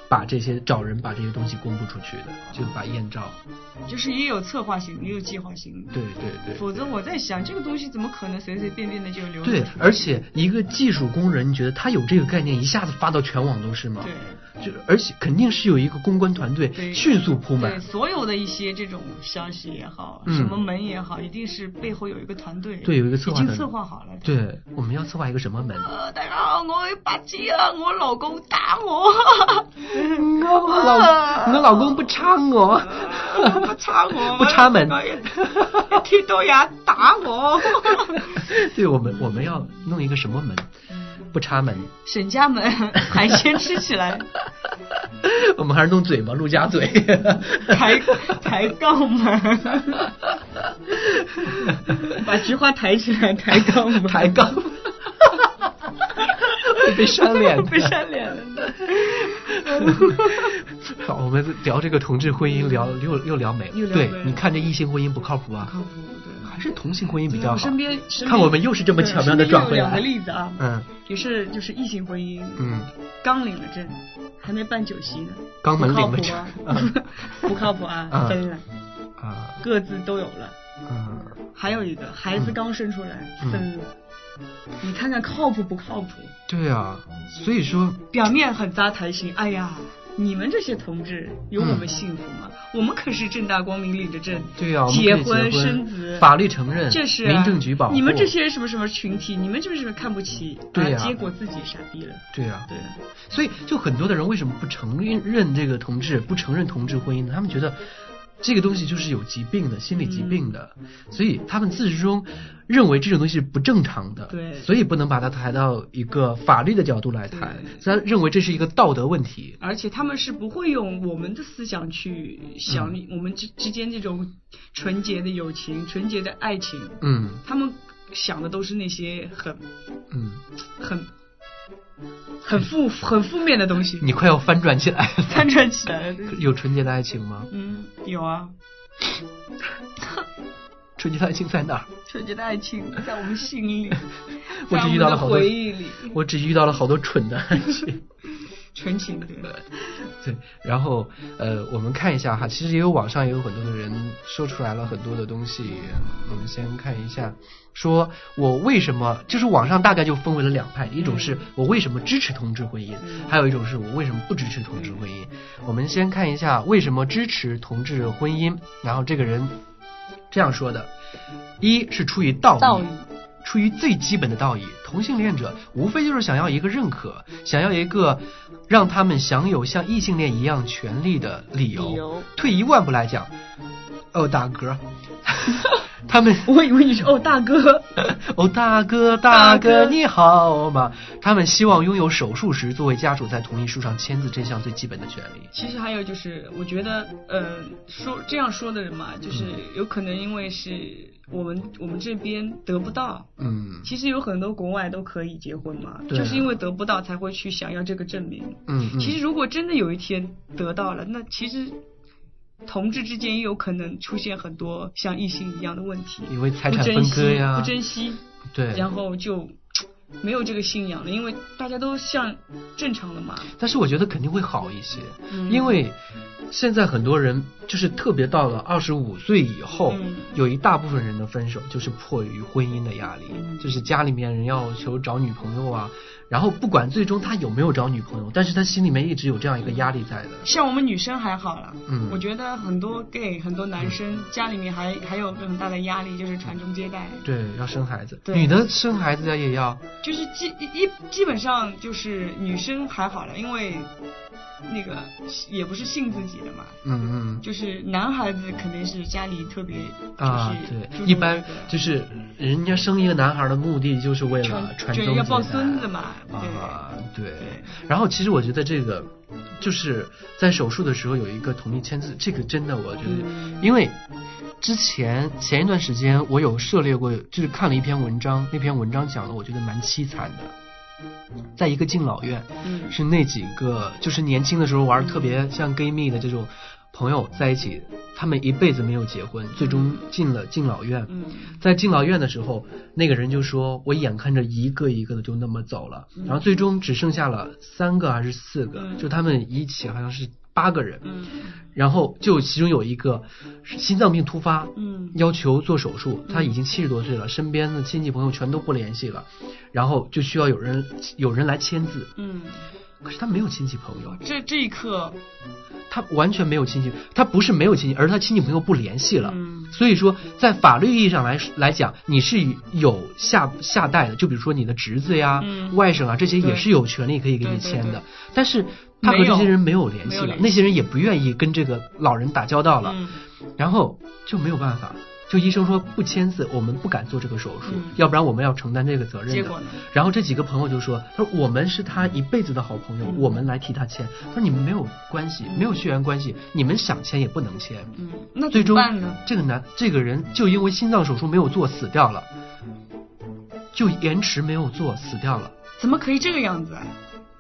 [SPEAKER 1] 把这些找人把这些东西公布出去的，
[SPEAKER 2] 哦
[SPEAKER 1] 就把艳照。
[SPEAKER 2] 就是也有策划型，也有计划型。
[SPEAKER 1] 对对对。
[SPEAKER 2] 否则我在想，这个东西怎么可能随随便便的就流出去
[SPEAKER 1] 对，而且一个技术工人，你觉得他有这个概念，一下子发到全网都是吗？
[SPEAKER 2] 对
[SPEAKER 1] 就而且肯定是有一个公关团队
[SPEAKER 2] 对
[SPEAKER 1] 迅速铺
[SPEAKER 2] 对，
[SPEAKER 1] 满。
[SPEAKER 2] 所有的一些这种消息也好，
[SPEAKER 1] 嗯
[SPEAKER 2] 什么门也好，一定是背后有一个团队，
[SPEAKER 1] 对有一个策划
[SPEAKER 2] 已
[SPEAKER 1] 团
[SPEAKER 2] 经
[SPEAKER 1] 队
[SPEAKER 2] 策划好了的。
[SPEAKER 1] 对，我们要策划一个什么门？
[SPEAKER 2] 呃，大家好，我八戒啊，我老公打 我，嗯哦
[SPEAKER 1] 我老我老公不插我，
[SPEAKER 2] 不插我，
[SPEAKER 1] 不插门。
[SPEAKER 2] 剃豆芽打 我，
[SPEAKER 1] 对我们我们要弄一个什么门？不插门。
[SPEAKER 2] 沈家门海鲜吃起来，
[SPEAKER 1] 我们还是弄嘴吧，陆家嘴。
[SPEAKER 2] 抬抬杠门，把菊花抬起来，抬杠门，
[SPEAKER 1] 抬 杠，会被扇脸的
[SPEAKER 2] 被扇脸了。
[SPEAKER 1] 好，我们聊这个同志婚姻，聊又又聊没
[SPEAKER 2] 嗯又聊
[SPEAKER 1] 对
[SPEAKER 2] 没，了
[SPEAKER 1] 你看这异性婚姻不靠谱啊，
[SPEAKER 2] 靠谱，对。
[SPEAKER 1] 还是同性婚姻比较
[SPEAKER 2] 我
[SPEAKER 1] 好
[SPEAKER 2] 身。边，身边
[SPEAKER 1] 看我们又是这么巧妙地
[SPEAKER 2] 对身边
[SPEAKER 1] 转回来
[SPEAKER 2] 有两个例子啊，
[SPEAKER 1] 嗯
[SPEAKER 2] 也是就是异性婚姻，
[SPEAKER 1] 嗯，
[SPEAKER 2] 刚领了证，还没办酒席呢，
[SPEAKER 1] 肛门
[SPEAKER 2] 不靠
[SPEAKER 1] 领了
[SPEAKER 2] 谱
[SPEAKER 1] 证
[SPEAKER 2] 啊，
[SPEAKER 1] 嗯
[SPEAKER 2] 不靠谱啊
[SPEAKER 1] 嗯，
[SPEAKER 2] 分了，
[SPEAKER 1] 啊
[SPEAKER 2] 各自都有了。
[SPEAKER 1] 嗯，
[SPEAKER 2] 还有一个孩子刚生出来
[SPEAKER 1] 嗯
[SPEAKER 2] 分了，你看看靠谱不靠谱？
[SPEAKER 1] 对啊，所以说
[SPEAKER 2] 表面很搭台型，哎呀，你们这些同志有我们幸福吗？我们可是正大光明领着证，
[SPEAKER 1] 嗯对啊，我们可以
[SPEAKER 2] 结
[SPEAKER 1] 结婚
[SPEAKER 2] 生子，
[SPEAKER 1] 法律承认，
[SPEAKER 2] 这是啊
[SPEAKER 1] 民政局保护。
[SPEAKER 2] 你们这些什么什么群体，你们是不是看不起？啊
[SPEAKER 1] 对呀
[SPEAKER 2] 结果自己傻逼了，
[SPEAKER 1] 对啊，
[SPEAKER 2] 对。
[SPEAKER 1] 所以就很多的人为什么不承认这个同志，不承认同志婚姻呢？他们觉得这个东西就是有疾病的，心理疾病的，所以他们自始至终认为这种东西是不正常的，
[SPEAKER 2] 对
[SPEAKER 1] 所以不能把它抬到一个法律的角度来谈，
[SPEAKER 2] 对
[SPEAKER 1] 所以他认为这是一个道德问题，
[SPEAKER 2] 而且他们是不会用我们的思想去
[SPEAKER 1] 嗯
[SPEAKER 2] 想你我们之之间这种纯洁的友情、纯洁的爱情，
[SPEAKER 1] 嗯
[SPEAKER 2] 他们想的都是那些很、
[SPEAKER 1] 嗯，
[SPEAKER 2] 很、很负、很负面的东西。
[SPEAKER 1] 你快要翻转起来了，
[SPEAKER 2] 翻转起来了，
[SPEAKER 1] 有纯洁的爱情吗？
[SPEAKER 2] 嗯，有啊，
[SPEAKER 1] 纯洁的爱情在哪儿？
[SPEAKER 2] 纯洁的爱情在我们心 里，
[SPEAKER 1] 我
[SPEAKER 2] 在
[SPEAKER 1] 只
[SPEAKER 2] 我
[SPEAKER 1] 遇
[SPEAKER 2] 们
[SPEAKER 1] 到了
[SPEAKER 2] 的
[SPEAKER 1] 好多
[SPEAKER 2] 回忆里，
[SPEAKER 1] 我只遇到了好多蠢的爱情。
[SPEAKER 2] 纯情的。
[SPEAKER 1] 对，然后呃，我们看一下哈，其实也有网上也有很多的人说出来了很多的东西，我们先看一下，说我为什么就是网上大概就分为了两派，一种是我为什么支持同志婚姻，
[SPEAKER 2] 嗯
[SPEAKER 1] 还有一种是我为什么不支持同志婚姻。我们先看一下为什么支持同志婚姻，然后这个人这样说的：一是出于道义，
[SPEAKER 2] 道义
[SPEAKER 1] 出于最基本的道义，同性恋者无非就是想要一个认可，想要一个让他们享有像异性恋一样权利的理由。
[SPEAKER 2] 理由
[SPEAKER 1] 退一万步来讲，哦，大 哥，他们
[SPEAKER 2] 我以为你是哦，大哥，
[SPEAKER 1] 哦，大哥，大哥，
[SPEAKER 2] 大哥
[SPEAKER 1] 你好嘛！他们希望拥有手术时作为家属在同意书上签字这项最基本的权利。
[SPEAKER 2] 其实还有就是，我觉得，呃，说这样说的人嘛，就是有可能因为是我们我们这边得不到，
[SPEAKER 1] 嗯
[SPEAKER 2] 其实有很多国外都可以结婚嘛，
[SPEAKER 1] 对啊
[SPEAKER 2] 就是因为得不到才会去想要这个证明。
[SPEAKER 1] 嗯嗯，
[SPEAKER 2] 其实如果真的有一天得到了，那其实同志之间也有可能出现很多像异性一样的问题，
[SPEAKER 1] 因为财
[SPEAKER 2] 不
[SPEAKER 1] 产
[SPEAKER 2] 珍
[SPEAKER 1] 分
[SPEAKER 2] 惜
[SPEAKER 1] 割呀，
[SPEAKER 2] 不珍惜，
[SPEAKER 1] 对，
[SPEAKER 2] 然后就没有这个信仰了，因为大家都像正常了嘛。
[SPEAKER 1] 但是我觉得肯定会好一些，
[SPEAKER 2] 嗯
[SPEAKER 1] 因为现在很多人就是特别到了二十五岁以后，
[SPEAKER 2] 嗯
[SPEAKER 1] 有一大部分人的分手就是迫于婚姻的压力，
[SPEAKER 2] 嗯
[SPEAKER 1] 就是家里面人要求找女朋友啊，然后不管最终他有没有找女朋友，但是他心里面一直有这样一个压力在的。
[SPEAKER 2] 像我们女生还好了，
[SPEAKER 1] 嗯
[SPEAKER 2] 我觉得很多 gay 很多男生家里面还还有很大的压力，就是传宗接代，
[SPEAKER 1] 对，要生孩子，
[SPEAKER 2] 对
[SPEAKER 1] 女的生孩子也要，
[SPEAKER 2] 就是基一基本上就是女生还好了，因为那个也不是信自己的嘛，
[SPEAKER 1] 嗯嗯，
[SPEAKER 2] 就是男孩子肯定是家里特别就是、
[SPEAKER 1] 啊，
[SPEAKER 2] 注
[SPEAKER 1] 对，
[SPEAKER 2] 重
[SPEAKER 1] 一般
[SPEAKER 2] 这个
[SPEAKER 1] 就是人家生一个男孩的目的就是为了
[SPEAKER 2] 传
[SPEAKER 1] 传
[SPEAKER 2] 就
[SPEAKER 1] 宗
[SPEAKER 2] 是要
[SPEAKER 1] 接
[SPEAKER 2] 抱
[SPEAKER 1] 代
[SPEAKER 2] 孙子嘛对
[SPEAKER 1] 啊，对
[SPEAKER 2] 对。
[SPEAKER 1] 然后其实我觉得这个就是在手术的时候有一个同意签字，这个真的我觉得
[SPEAKER 2] 嗯，
[SPEAKER 1] 因为之前前一段时间我有涉猎过，就是看了一篇文章，那篇文章讲的我觉得蛮凄惨的，在一个敬老院，
[SPEAKER 2] 嗯
[SPEAKER 1] 是那几个就是年轻的时候玩得特别像闺蜜的这种朋友在一起，他们一辈子没有结婚，最终进了敬老院。
[SPEAKER 2] 嗯
[SPEAKER 1] 在敬老院的时候，那个人就说：“我眼看着一个一个的就那么走了，然后最终只剩下了三个还是四个，
[SPEAKER 2] 嗯
[SPEAKER 1] 就他们一起好像是八个人，
[SPEAKER 2] 嗯
[SPEAKER 1] 然后就其中有一个是心脏病突发，
[SPEAKER 2] 嗯
[SPEAKER 1] 要求做手术，他已经七十多岁了，身边的亲戚朋友全都不联系了，然后就需要有人有人来签字，
[SPEAKER 2] 嗯，
[SPEAKER 1] 可是他没有亲戚朋友，
[SPEAKER 2] 这这一刻
[SPEAKER 1] 他完全没有亲戚，他不是没有亲戚，而是他亲戚朋友不联系了。
[SPEAKER 2] 嗯
[SPEAKER 1] 所以说，在法律意义上来来讲，你是有下下代的，就比如说你的侄子呀、
[SPEAKER 2] 嗯
[SPEAKER 1] 外甥啊，这些也
[SPEAKER 2] 对
[SPEAKER 1] 是有权利可以给你
[SPEAKER 2] 对对
[SPEAKER 1] 签的。
[SPEAKER 2] 对
[SPEAKER 1] 但是他和
[SPEAKER 2] 没有
[SPEAKER 1] 这些人没有联系
[SPEAKER 2] 没有
[SPEAKER 1] 了，
[SPEAKER 2] 联系
[SPEAKER 1] 那些人也不愿意跟这个老人打交道了，
[SPEAKER 2] 嗯
[SPEAKER 1] 然后就没有办法。就医生说不签字，我们不敢做这个手术，
[SPEAKER 2] 嗯
[SPEAKER 1] 要不然我们要承担这个责任的。
[SPEAKER 2] 结果呢
[SPEAKER 1] 然后这几个朋友就说：“他说我们是他一辈子的好朋友，
[SPEAKER 2] 嗯
[SPEAKER 1] 我们来替他签。他说你们没有关系，没有血缘关系，你们想签也不能签。
[SPEAKER 2] 嗯，那
[SPEAKER 1] 最
[SPEAKER 2] 怎
[SPEAKER 1] 终
[SPEAKER 2] 么办呢？
[SPEAKER 1] 这个男这个人就因为心脏手术没有做死掉了，就延迟没有做死掉了。
[SPEAKER 2] 怎么可以这个样子啊？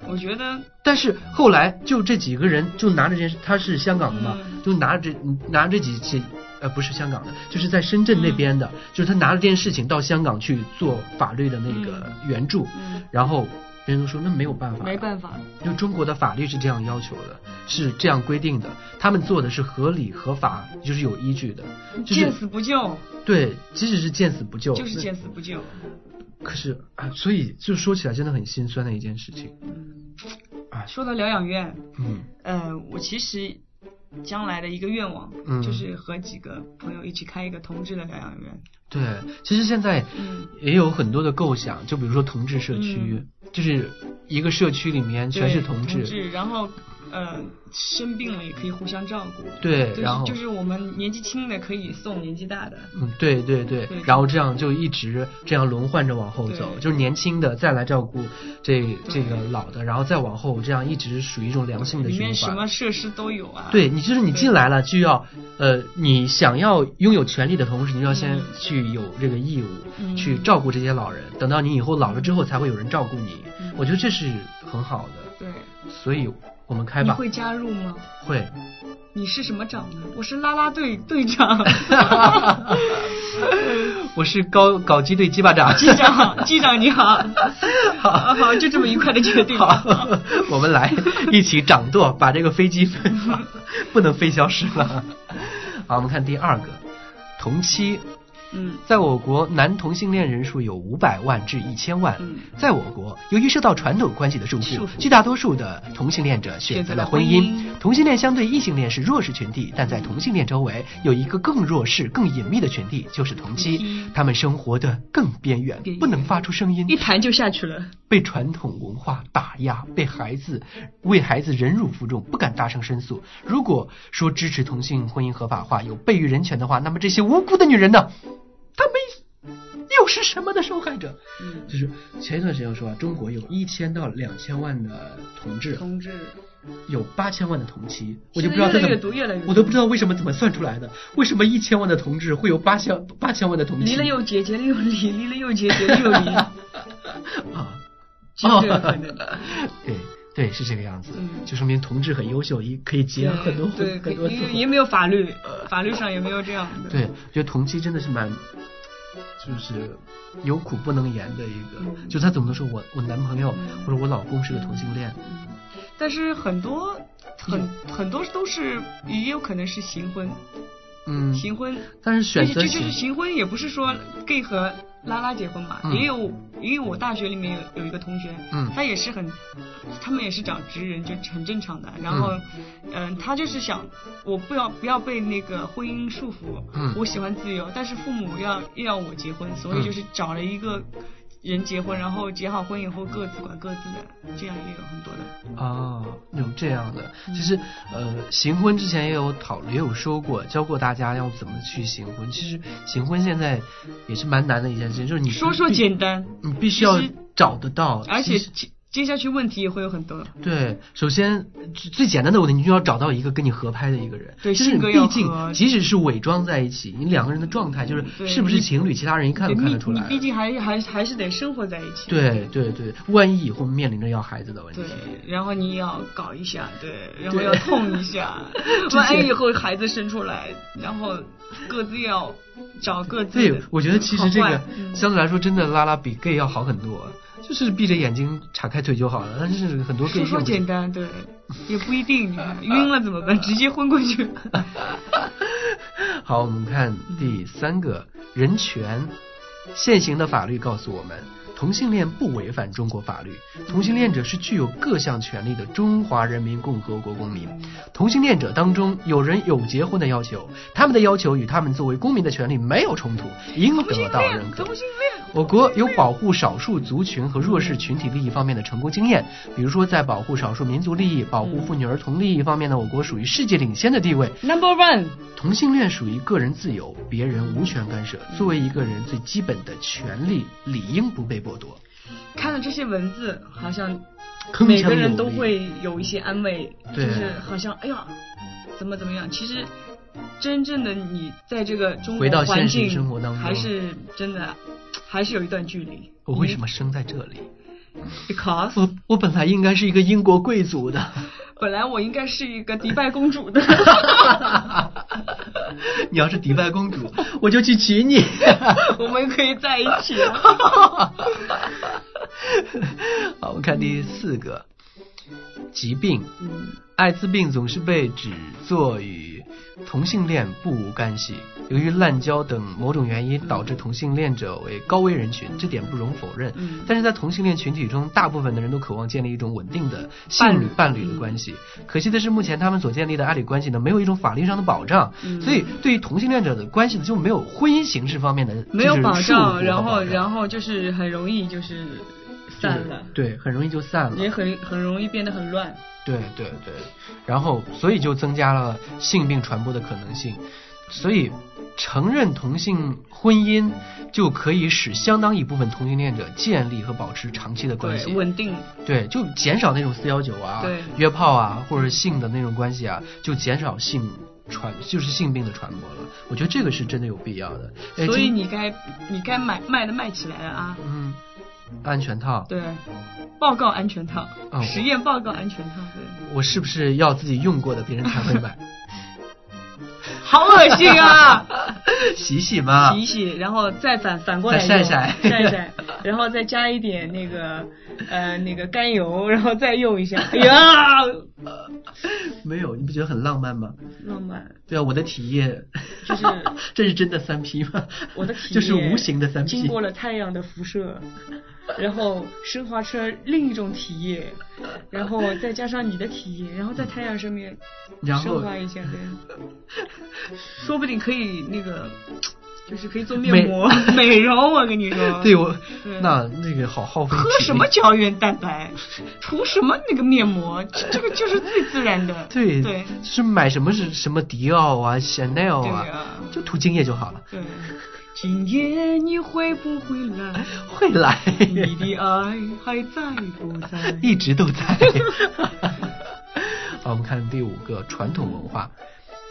[SPEAKER 2] 我觉得
[SPEAKER 1] 但是后来就这几个人就拿着这件事，他是香港的嘛，
[SPEAKER 2] 嗯
[SPEAKER 1] 就拿着这拿着这几几呃不是香港的，就是在深圳那边的，就是他拿着这件事情到香港去做法律的那个援助，
[SPEAKER 2] 嗯
[SPEAKER 1] 然后人家就说那没有办法，啊
[SPEAKER 2] 没办法，
[SPEAKER 1] 因为中国的法律是这样要求的，是这样规定的，他们做的是合理合法，就是有依据的，就是
[SPEAKER 2] 见死不救，
[SPEAKER 1] 对，即使是见死不救，
[SPEAKER 2] 就是
[SPEAKER 1] 那
[SPEAKER 2] 见死不救。
[SPEAKER 1] 可是啊，所以就说起来真的很心酸的一件事情，
[SPEAKER 2] 嗯
[SPEAKER 1] 啊
[SPEAKER 2] 说到疗养院，
[SPEAKER 1] 嗯
[SPEAKER 2] 呃，我其实将来的一个愿望，
[SPEAKER 1] 嗯
[SPEAKER 2] 就是和几个朋友一起开一个同志的疗养院。
[SPEAKER 1] 对，其实现在
[SPEAKER 2] 嗯
[SPEAKER 1] 也有很多的构想，就比如说同志社区，就是一个社区里面全是
[SPEAKER 2] 对同
[SPEAKER 1] 志，
[SPEAKER 2] 然后呃生病了也可以互相照顾。
[SPEAKER 1] 对
[SPEAKER 2] 就是
[SPEAKER 1] 然后
[SPEAKER 2] 就是我们年纪轻的可以送年纪大的，
[SPEAKER 1] 嗯，对对对
[SPEAKER 2] 对，
[SPEAKER 1] 然后这样就一直这样轮换着往后走，
[SPEAKER 2] 对
[SPEAKER 1] 就是年轻的再来照顾这这个老的，然后再往后这样一直属于一种良性的
[SPEAKER 2] 里
[SPEAKER 1] 循
[SPEAKER 2] 面什么
[SPEAKER 1] 环。
[SPEAKER 2] 设施都有啊。
[SPEAKER 1] 对你就是你进来了就要，呃，你想要拥有权利的同时，你就要先
[SPEAKER 2] 嗯
[SPEAKER 1] 去有这个义务、
[SPEAKER 2] 嗯
[SPEAKER 1] 去照顾这些老人，等到你以后老了之后才会有人照顾你，
[SPEAKER 2] 嗯
[SPEAKER 1] 我觉得这是很好的，
[SPEAKER 2] 对，
[SPEAKER 1] 所以我们开
[SPEAKER 2] 你
[SPEAKER 1] 吧，
[SPEAKER 2] 会加入吗？
[SPEAKER 1] 会
[SPEAKER 2] 你是什么长呢？我是啦啦队 队长，
[SPEAKER 1] 我是高搞基队鸡巴长，
[SPEAKER 2] 机长，机长你好，
[SPEAKER 1] 好
[SPEAKER 2] 好，就这么愉快的决定
[SPEAKER 1] 好
[SPEAKER 2] 了。，
[SPEAKER 1] 我们 来一起掌舵，把这个飞机 飞不能飞消失了。好，我们看第二个，同期，
[SPEAKER 2] 嗯
[SPEAKER 1] 在我国男同性恋人数有五百万至一千万。
[SPEAKER 2] 嗯
[SPEAKER 1] 在我国，由于受到传统关系的束缚
[SPEAKER 2] 束缚，
[SPEAKER 1] 绝大多数的同性恋者选择了婚姻
[SPEAKER 2] 选择了婚。姻
[SPEAKER 1] 同性恋相对异性恋是弱势群体，但在同性恋周围有一个更弱势、更隐秘的群体，就是同
[SPEAKER 2] 同
[SPEAKER 1] 妻
[SPEAKER 2] 妻。
[SPEAKER 1] 他们生活的更边缘
[SPEAKER 2] 边，缘
[SPEAKER 1] 不能发出声音，
[SPEAKER 2] 一谈就下去了。
[SPEAKER 1] 被传统文化打压，被孩子为孩子忍辱负重，不敢大声申诉。如果说支持同性婚姻合法化有悖于人权的话，那么这些无辜的女人呢？她们又是什么的受害者？
[SPEAKER 2] 嗯，
[SPEAKER 1] 就是前一段时间说啊，中国有一千到两千万的同志，
[SPEAKER 2] 同志，
[SPEAKER 1] 有八千万的同妻，我
[SPEAKER 2] 现
[SPEAKER 1] 就
[SPEAKER 2] 在
[SPEAKER 1] 不知道这
[SPEAKER 2] 越
[SPEAKER 1] 怎
[SPEAKER 2] 来越
[SPEAKER 1] 么，
[SPEAKER 2] 多，越来越多
[SPEAKER 1] 我都不知道为什么怎么算出来的。为什么一千万的同志会有八千八千万的同妻？
[SPEAKER 2] 离了又结，结了 又离，离了又结，结了又离，
[SPEAKER 1] 啊，
[SPEAKER 2] 其实这个可能。
[SPEAKER 1] 对对，是这个样子，
[SPEAKER 2] 嗯
[SPEAKER 1] 就说明同志很优秀，也可以哦结很多
[SPEAKER 2] 对，
[SPEAKER 1] 很多次呃
[SPEAKER 2] 因为。也没有法律，法律上也没有这样的。
[SPEAKER 1] 对，我觉得同期真的是蛮，就是有苦不能言的一个，
[SPEAKER 2] 嗯
[SPEAKER 1] 就他怎么能说我我男朋友
[SPEAKER 2] 嗯
[SPEAKER 1] 或者我老公是个同性恋？
[SPEAKER 2] 嗯，但是很多很很多都是也有可能是行婚，
[SPEAKER 1] 嗯，
[SPEAKER 2] 行婚，
[SPEAKER 1] 但是选择
[SPEAKER 2] 这就是
[SPEAKER 1] 性
[SPEAKER 2] 行婚，也不是说 gay 和拉拉结婚嘛，
[SPEAKER 1] 嗯
[SPEAKER 2] 也有也有我大学里面有有一个同学，
[SPEAKER 1] 嗯
[SPEAKER 2] 他也是很，他们也是找直人，就很正常的。然后，嗯、他就是想，我不要不要被那个婚姻束缚，
[SPEAKER 1] 嗯
[SPEAKER 2] 我喜欢自由，但是父母要又要我结婚，所以就是找了一个人结婚，然后结好婚以后各自管各自的，这样也有很多的。
[SPEAKER 1] 啊，有这样的。
[SPEAKER 2] 嗯
[SPEAKER 1] 其实，呃，行婚之前也有讨也有说过，教过大家要怎么去行婚。其实行婚现在也是蛮难的一件事情，就是你
[SPEAKER 2] 说说
[SPEAKER 1] 必
[SPEAKER 2] 简单，
[SPEAKER 1] 你必须要
[SPEAKER 2] 其实
[SPEAKER 1] 找得到，
[SPEAKER 2] 而
[SPEAKER 1] 其
[SPEAKER 2] 且
[SPEAKER 1] 实
[SPEAKER 2] 接接下去问题也会有很多。
[SPEAKER 1] 对，首先最最简单的问题，你就要找到一个跟你合拍的一个人。
[SPEAKER 2] 对
[SPEAKER 1] 就是你
[SPEAKER 2] 性格
[SPEAKER 1] 毕
[SPEAKER 2] 要
[SPEAKER 1] 竟
[SPEAKER 2] 合嗯
[SPEAKER 1] 即使是伪装在一起，你两个人的状态就是
[SPEAKER 2] 对
[SPEAKER 1] 是不是
[SPEAKER 2] 你
[SPEAKER 1] 情侣，其他人一看
[SPEAKER 2] 对
[SPEAKER 1] 都看得
[SPEAKER 2] 你
[SPEAKER 1] 出来
[SPEAKER 2] 你。毕竟还还还是得生活在一起。
[SPEAKER 1] 对对对，万一以后面临着要孩子的问题
[SPEAKER 2] 对，，然后你也要搞一下，对，然后
[SPEAKER 1] 对，
[SPEAKER 2] 要痛一下
[SPEAKER 1] 之
[SPEAKER 2] 万
[SPEAKER 1] 前
[SPEAKER 2] 一以后孩子生出来，然后各自要找各自的
[SPEAKER 1] 对，我觉得其实这
[SPEAKER 2] 好
[SPEAKER 1] 个
[SPEAKER 2] 坏嗯
[SPEAKER 1] 相对来说，真的拉拉比 gay 要好很多，就是闭着眼睛岔开腿就好了。但是很多 gay
[SPEAKER 2] 说
[SPEAKER 1] 用
[SPEAKER 2] 说
[SPEAKER 1] 不
[SPEAKER 2] 简单，对，也不一 定，你看晕了怎么办？直接昏过去。
[SPEAKER 1] 好，我们看第三个人权。现行的法律告诉我们，同性恋不违反中国法律，同性恋者是具有各项权利的中华人民共和国公民。同性恋者当中有人有结婚的要求，他们的要求与他们作为公民的权利没有冲突，应
[SPEAKER 2] 同
[SPEAKER 1] 得
[SPEAKER 2] 性
[SPEAKER 1] 到
[SPEAKER 2] 恋
[SPEAKER 1] 认，可
[SPEAKER 2] 同。性恋，
[SPEAKER 1] 我国有保护少数族群和弱势群体利益方面的成功经验，比如说在保护少数民族利益、保护妇女儿童利益方面呢，我国属于世界领先的地位。
[SPEAKER 2] Number one，
[SPEAKER 1] 同性恋属于个人自由，别人无权干涉。
[SPEAKER 2] 嗯
[SPEAKER 1] 作为一个人最基本的权利，理应不被剥夺。
[SPEAKER 2] 看了这些文字，好像
[SPEAKER 1] 铿
[SPEAKER 2] 每
[SPEAKER 1] 锵
[SPEAKER 2] 个人
[SPEAKER 1] 有
[SPEAKER 2] 都
[SPEAKER 1] 力
[SPEAKER 2] 会有一些安慰，就
[SPEAKER 1] 对
[SPEAKER 2] 是好像哎呀，怎么怎么样？其实真正的你在这个中
[SPEAKER 1] 回到
[SPEAKER 2] 国
[SPEAKER 1] 现
[SPEAKER 2] 环
[SPEAKER 1] 实
[SPEAKER 2] 境
[SPEAKER 1] 生活当中
[SPEAKER 2] 还是真的还是有一段距离。
[SPEAKER 1] 我为什么生在这里？
[SPEAKER 2] ？Because
[SPEAKER 1] 我我本来应该是一个英国贵族的，
[SPEAKER 2] 本来我应该是一个迪拜公主的，
[SPEAKER 1] 你要是迪拜公 主，我就去娶你。
[SPEAKER 2] 我们可以在一起了。
[SPEAKER 1] 好，我们看第四个，疾病。
[SPEAKER 2] 嗯，
[SPEAKER 1] 艾滋病总是被指作与同性恋不无干系。由于滥交等某种原因导致同性恋者为高危人群，这点不容否认。
[SPEAKER 2] 嗯
[SPEAKER 1] 但是在同性恋群体中，大部分的人都渴望建立一种稳定的性
[SPEAKER 2] 伴侣
[SPEAKER 1] 侣伴侣的关系。可惜的是，目前他们所建立的爱侣关系呢，没有一种法律上的保障，
[SPEAKER 2] 嗯
[SPEAKER 1] 所以对于同性恋者的关系呢，就没有婚姻形式方面的
[SPEAKER 2] 没有保
[SPEAKER 1] 就是束缚
[SPEAKER 2] 障，
[SPEAKER 1] 和
[SPEAKER 2] 然
[SPEAKER 1] 保
[SPEAKER 2] 后
[SPEAKER 1] 障
[SPEAKER 2] 然后就是很容易就是
[SPEAKER 1] 就
[SPEAKER 2] 散了
[SPEAKER 1] 对，很容易就散了。
[SPEAKER 2] 也很很容易变得很乱。
[SPEAKER 1] 对对对，然后所以就增加了性病传播的可能性，所以承认同性婚姻就可以使相当一部分同性恋者建立和保持长期的关
[SPEAKER 2] 对
[SPEAKER 1] 系，，
[SPEAKER 2] 稳定。
[SPEAKER 1] 对，就减少那种四幺九啊
[SPEAKER 2] 对、
[SPEAKER 1] 约炮啊或者性的那种关系啊，就减少性传就是性病的传播了。我觉得这个是真的有必要的。哎
[SPEAKER 2] 所以
[SPEAKER 1] 今
[SPEAKER 2] 你该你该买卖的卖起来了啊！
[SPEAKER 1] 嗯，安全套，
[SPEAKER 2] 对，报告安全套，
[SPEAKER 1] 哦
[SPEAKER 2] 实验报告安全套， 对，
[SPEAKER 1] 我是不是要自己用过的别人才会 买？
[SPEAKER 2] 好恶心 啊！
[SPEAKER 1] 洗洗嘛，
[SPEAKER 2] 洗一洗，然后再反反过来
[SPEAKER 1] 再晒晒
[SPEAKER 2] 用 晒晒，然后再加一点那个呃那个甘油，然后再 用一下。哎呀，
[SPEAKER 1] 没有，你不觉得很浪漫吗？
[SPEAKER 2] 浪漫！
[SPEAKER 1] 对啊，我的体液，
[SPEAKER 2] 就是
[SPEAKER 1] 这是真的三 P 吗？
[SPEAKER 2] 我的体液
[SPEAKER 1] 就是无形的三 P。
[SPEAKER 2] 经过了太阳的辐射，然后升华出来另一种体液，然后再加上你的体液，然后在太阳上面
[SPEAKER 1] 然后
[SPEAKER 2] 升华一下，对， 说不定可以那个，就是可以做
[SPEAKER 1] 美
[SPEAKER 2] 面膜美容，我跟你说，
[SPEAKER 1] 对我
[SPEAKER 2] 对
[SPEAKER 1] 那那个好耗费。
[SPEAKER 2] 喝什么？胶原蛋白，涂什么那个面膜，这这个就是最自然的，
[SPEAKER 1] 对
[SPEAKER 2] 对
[SPEAKER 1] 是买什么是什么迪奥啊、Chanel
[SPEAKER 2] 对
[SPEAKER 1] 啊
[SPEAKER 2] 啊，
[SPEAKER 1] 就涂精液就好了。
[SPEAKER 2] 对。今夜你会不会来？
[SPEAKER 1] 会来，？
[SPEAKER 2] 你的爱还在不在
[SPEAKER 1] 一直都在。好，我们看第五个传统文化。